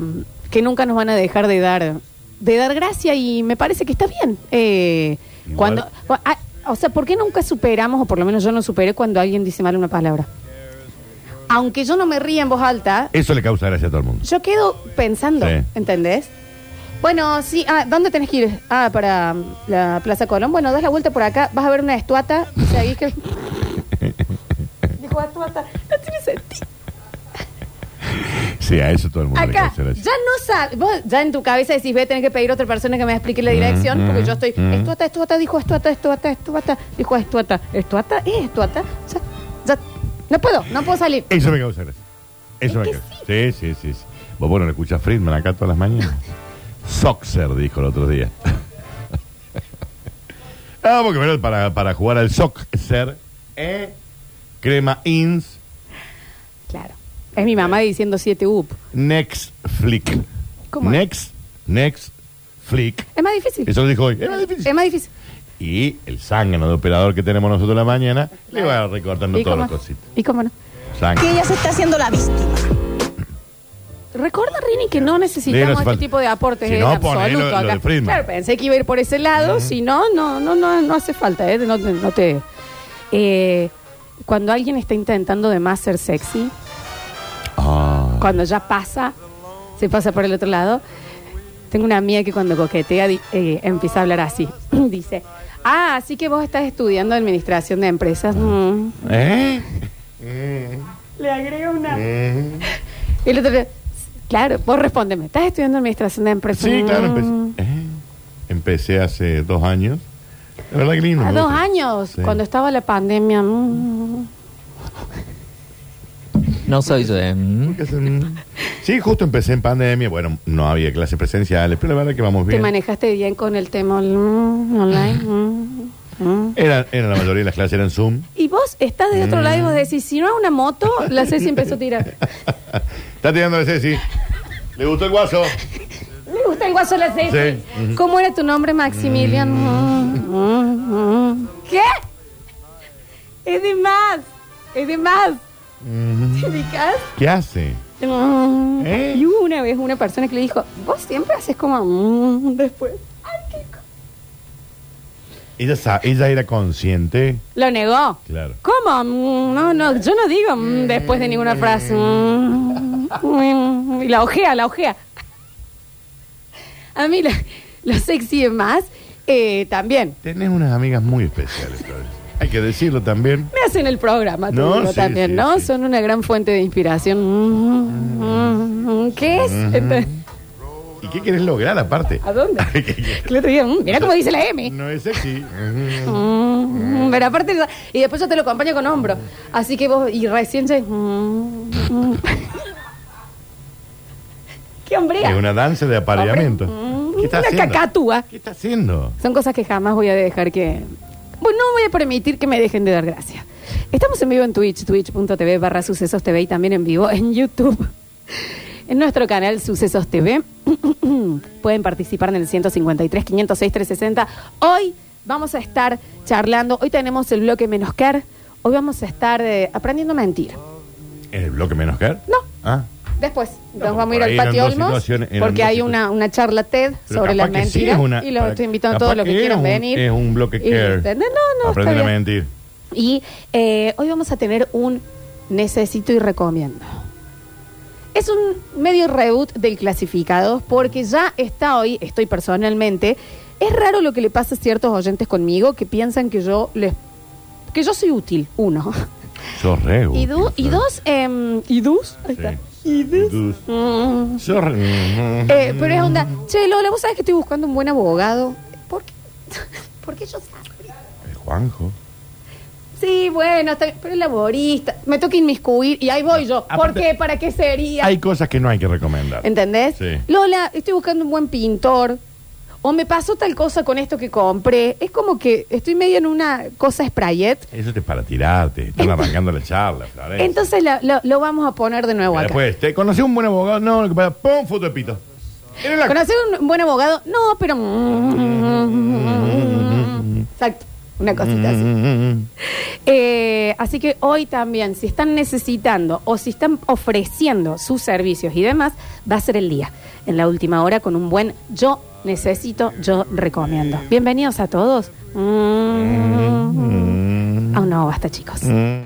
Speaker 2: que nunca nos van a dejar de dar de dar gracia y me parece que está bien. Eh,
Speaker 3: Igual.
Speaker 2: cuando ah, O sea, ¿por qué nunca superamos, o por lo menos yo no superé, cuando alguien dice mal una palabra? Aunque yo no me ría en voz alta,
Speaker 3: Eso le causa gracia a todo el mundo.
Speaker 2: Yo quedo pensando,
Speaker 3: Sí.
Speaker 2: ¿entendés? Bueno, sí, ah, ¿dónde tenés que ir? Ah, para mm, la Plaza Colón. Bueno, das la vuelta por acá, vas a ver una estuata y seguís
Speaker 3: *laughs*
Speaker 2: que... Dijo estuata, no tiene sentido.
Speaker 3: Sí, a eso todo el mundo le
Speaker 2: Acá,
Speaker 3: causa
Speaker 2: ya
Speaker 3: gracia.
Speaker 2: no sabes, vos ya en tu cabeza decís, voy a tener que pedir a otra persona que me explique la dirección,
Speaker 3: mm,
Speaker 2: porque yo estoy,
Speaker 3: mm.
Speaker 2: estuata, estuata, dijo estuata, estuata, estuata, dijo estuata, estuata, es estuata, ya, ya, no puedo, no puedo salir.
Speaker 3: Eso me causa gracia. Eso
Speaker 2: Es
Speaker 3: me
Speaker 2: que
Speaker 3: causa. Sí, sí, sí. sí. Vos, bueno, lo escuchás Friedman acá todas las mañanas. Soxer dijo el otro día. *laughs* Ah, porque bueno, para, para jugar al soccer, ¿eh? Crema Ins,
Speaker 2: Claro. Es mi mamá diciendo 7 up.
Speaker 3: Next Flick.
Speaker 2: ¿Cómo?
Speaker 3: Next, Next Flick.
Speaker 2: Es más difícil.
Speaker 3: Eso lo dijo hoy. Es más
Speaker 2: Es
Speaker 3: difícil.
Speaker 2: más difícil.
Speaker 3: Y el zángano de operador que tenemos nosotros la mañana le va recortando
Speaker 2: ¿Y
Speaker 3: todas
Speaker 2: cómo,
Speaker 3: las cositas.
Speaker 2: ¿Y cómo no?
Speaker 5: que
Speaker 3: Zángano.
Speaker 5: ella se está haciendo la víctima.
Speaker 2: Recuerda, Rini, que no
Speaker 3: Sí, no
Speaker 2: necesitamos
Speaker 3: hace
Speaker 2: este
Speaker 3: falta.
Speaker 2: tipo de aportes
Speaker 3: Si
Speaker 2: en
Speaker 3: no,
Speaker 2: absoluto
Speaker 3: ponelo, lo
Speaker 2: acá.
Speaker 3: del Friedman.
Speaker 2: Claro, pensé que iba a ir por ese lado. Si no, no, no, no, no hace falta, ¿eh? No, te- no te. Eh, cuando alguien está intentando de más ser sexy,
Speaker 3: Ah.
Speaker 2: cuando ya pasa, se pasa por el otro lado. Tengo una amiga que cuando coquetea di- eh, empieza a hablar así. *clears throat* Dice, ah, así que vos estás estudiando administración de empresas. Mm.
Speaker 3: ¿Eh?
Speaker 2: Le agrega una...
Speaker 3: Mm.
Speaker 2: *laughs* Y el otro le- claro, vos respóndeme, ¿estás estudiando administración de empresas?
Speaker 3: Sí, claro,
Speaker 2: Mm.
Speaker 3: empecé. ¿eh? Empecé hace dos años. La verdad que lindo.
Speaker 2: A
Speaker 3: me
Speaker 2: Ah, dos
Speaker 3: gusta.
Speaker 2: años,
Speaker 3: Sí. *laughs*
Speaker 2: cuando estaba la pandemia. mm.
Speaker 4: No soy yo. eh, mm.
Speaker 3: Porque es un- Sí, justo empecé en pandemia. Bueno, no había clases presenciales, pero la verdad que vamos
Speaker 2: ¿Te
Speaker 3: bien.
Speaker 2: manejaste bien con el tema mm, online? mm, mm.
Speaker 3: Era, era la mayoría de las clases eran Zoom.
Speaker 2: Y vos estás de otro lado y vos decís, si no es una moto, la Ceci empezó a
Speaker 3: *laughs*
Speaker 2: tirar.
Speaker 3: Está tirando la Ceci. ¿Le gustó el guaso?
Speaker 2: Me gusta el guaso la Ceci.
Speaker 3: Sí.
Speaker 2: ¿Cómo era tu nombre, Maximilian? Mm, mm, mm. ¿Qué? Es de más. Es de más. ¿Te ubicás?
Speaker 3: ¿Qué hace?
Speaker 2: Mm.
Speaker 3: ¿Eh?
Speaker 2: Y hubo una vez una persona que le dijo, vos siempre haces como mm, después. Ay, qué co-
Speaker 3: Ella, sa- ella era consciente.
Speaker 2: Lo negó.
Speaker 3: Claro. Eh,
Speaker 2: ¿Cómo? Mm, No, no, yo no digo mm, después de ninguna frase. Mm, mm, y la ojea, la ojea. A mí lo, lo sexy es más, eh, también.
Speaker 3: Tenés unas amigas muy especiales, Flores. Hay que decirlo también.
Speaker 2: Me hacen el programa, te
Speaker 3: No,
Speaker 2: digo
Speaker 3: sí,
Speaker 2: también,
Speaker 3: sí,
Speaker 2: ¿no?
Speaker 3: sí.
Speaker 2: Son una gran fuente de inspiración. Mm, mm, ¿Qué es? Entonces,
Speaker 3: ¿Y qué querés lograr aparte?
Speaker 2: ¿A
Speaker 3: *laughs*
Speaker 2: dónde?
Speaker 3: ¿Qué- qué-
Speaker 2: el otro día, mm, mira cómo dice la M.
Speaker 3: no es
Speaker 2: *laughs*
Speaker 3: sexy.
Speaker 2: Mm, Pero aparte, y después yo te lo acompaño con hombro. Así que vos, y recién se. Mm, mm. *laughs* ¡Qué hombría!
Speaker 3: Es una danza de apareamiento.
Speaker 2: Hombre, mm,
Speaker 3: ¿Qué está
Speaker 2: una
Speaker 3: haciendo?
Speaker 2: cacatúa.
Speaker 3: ¿Qué está haciendo?
Speaker 2: Son cosas que jamás voy a dejar que. Bueno, no voy a permitir que me dejen de dar gracias. Estamos en vivo en Twitch, twitch.tv barra sucesos TV y también en vivo en YouTube. *laughs* En nuestro canal Sucesos TV *clears throat* pueden participar en el 153 506 360. Hoy vamos a estar charlando, hoy tenemos el bloque menos care, hoy vamos a estar eh, aprendiendo a mentir.
Speaker 3: ¿En el bloque menos care?
Speaker 2: No.
Speaker 3: Ah.
Speaker 2: Después
Speaker 3: No,
Speaker 2: nos vamos a ir
Speaker 3: por ahí
Speaker 2: al
Speaker 3: eran
Speaker 2: patio
Speaker 3: dos
Speaker 2: Olmos
Speaker 3: situaciones, eran
Speaker 2: porque
Speaker 3: dos
Speaker 2: hay una, una charla TED
Speaker 3: Pero
Speaker 2: sobre las
Speaker 3: capaz que sí
Speaker 2: mentiras
Speaker 3: es una-
Speaker 2: y los
Speaker 3: para-
Speaker 2: estoy invitando a
Speaker 3: capaz
Speaker 2: todos los que, quieran
Speaker 3: es un-
Speaker 2: venir.
Speaker 3: Es un bloque
Speaker 2: Y-
Speaker 3: care.
Speaker 2: Este, No, no, está
Speaker 3: Aprenden a
Speaker 2: bien.
Speaker 3: mentir.
Speaker 2: Y eh, hoy vamos a tener un necesito y recomiendo. Es un medio reboot del clasificados porque ya está hoy, estoy personalmente, es raro lo que le pasa a ciertos oyentes conmigo que piensan que yo les que yo soy útil, uno.
Speaker 3: Sos re
Speaker 2: Y, du-
Speaker 3: útil,
Speaker 2: y
Speaker 3: Flor.
Speaker 2: dos, em, y dos, ahí
Speaker 3: Sí.
Speaker 2: está. Y dos.
Speaker 3: Dos.
Speaker 2: Mm.
Speaker 3: Sos re-
Speaker 2: Eh, pero es onda, che Lola, vos sabés que estoy buscando un buen abogado. ¿Por qué? *laughs* ¿Por qué yo sabría?
Speaker 3: El Juanjo.
Speaker 2: Sí, bueno, está bien, pero el laborista. Me toca inmiscuir y ahí voy yo. ¿Por
Speaker 3: Aparte-
Speaker 2: qué? ¿Para qué sería?
Speaker 3: Hay cosas que no hay que recomendar.
Speaker 2: ¿Entendés?
Speaker 3: Sí.
Speaker 2: Lola, estoy buscando un buen pintor. O me pasó tal cosa con esto que compré. Es como que estoy medio en una cosa sprayet.
Speaker 3: Eso te es para tirarte. Están arrancando la charla, Florencia.
Speaker 2: Entonces la- lo, lo vamos a poner de nuevo
Speaker 3: Pero
Speaker 2: acá.
Speaker 3: Después, ¿te conocí un buen abogado? No, lo que pasa, pon foto de pito. En el acto.
Speaker 2: ¿Conocer un buen abogado? No, pero. mm, Exacto. Una cosita así.
Speaker 3: Mm,
Speaker 2: Eh, así que hoy también, si están necesitando o si están ofreciendo sus servicios y demás, va a ser el día, en la última hora, con un buen yo necesito, yo recomiendo. Bienvenidos a todos. Mm.
Speaker 3: mm, mm,
Speaker 2: Aún no, basta chicos.
Speaker 3: mm.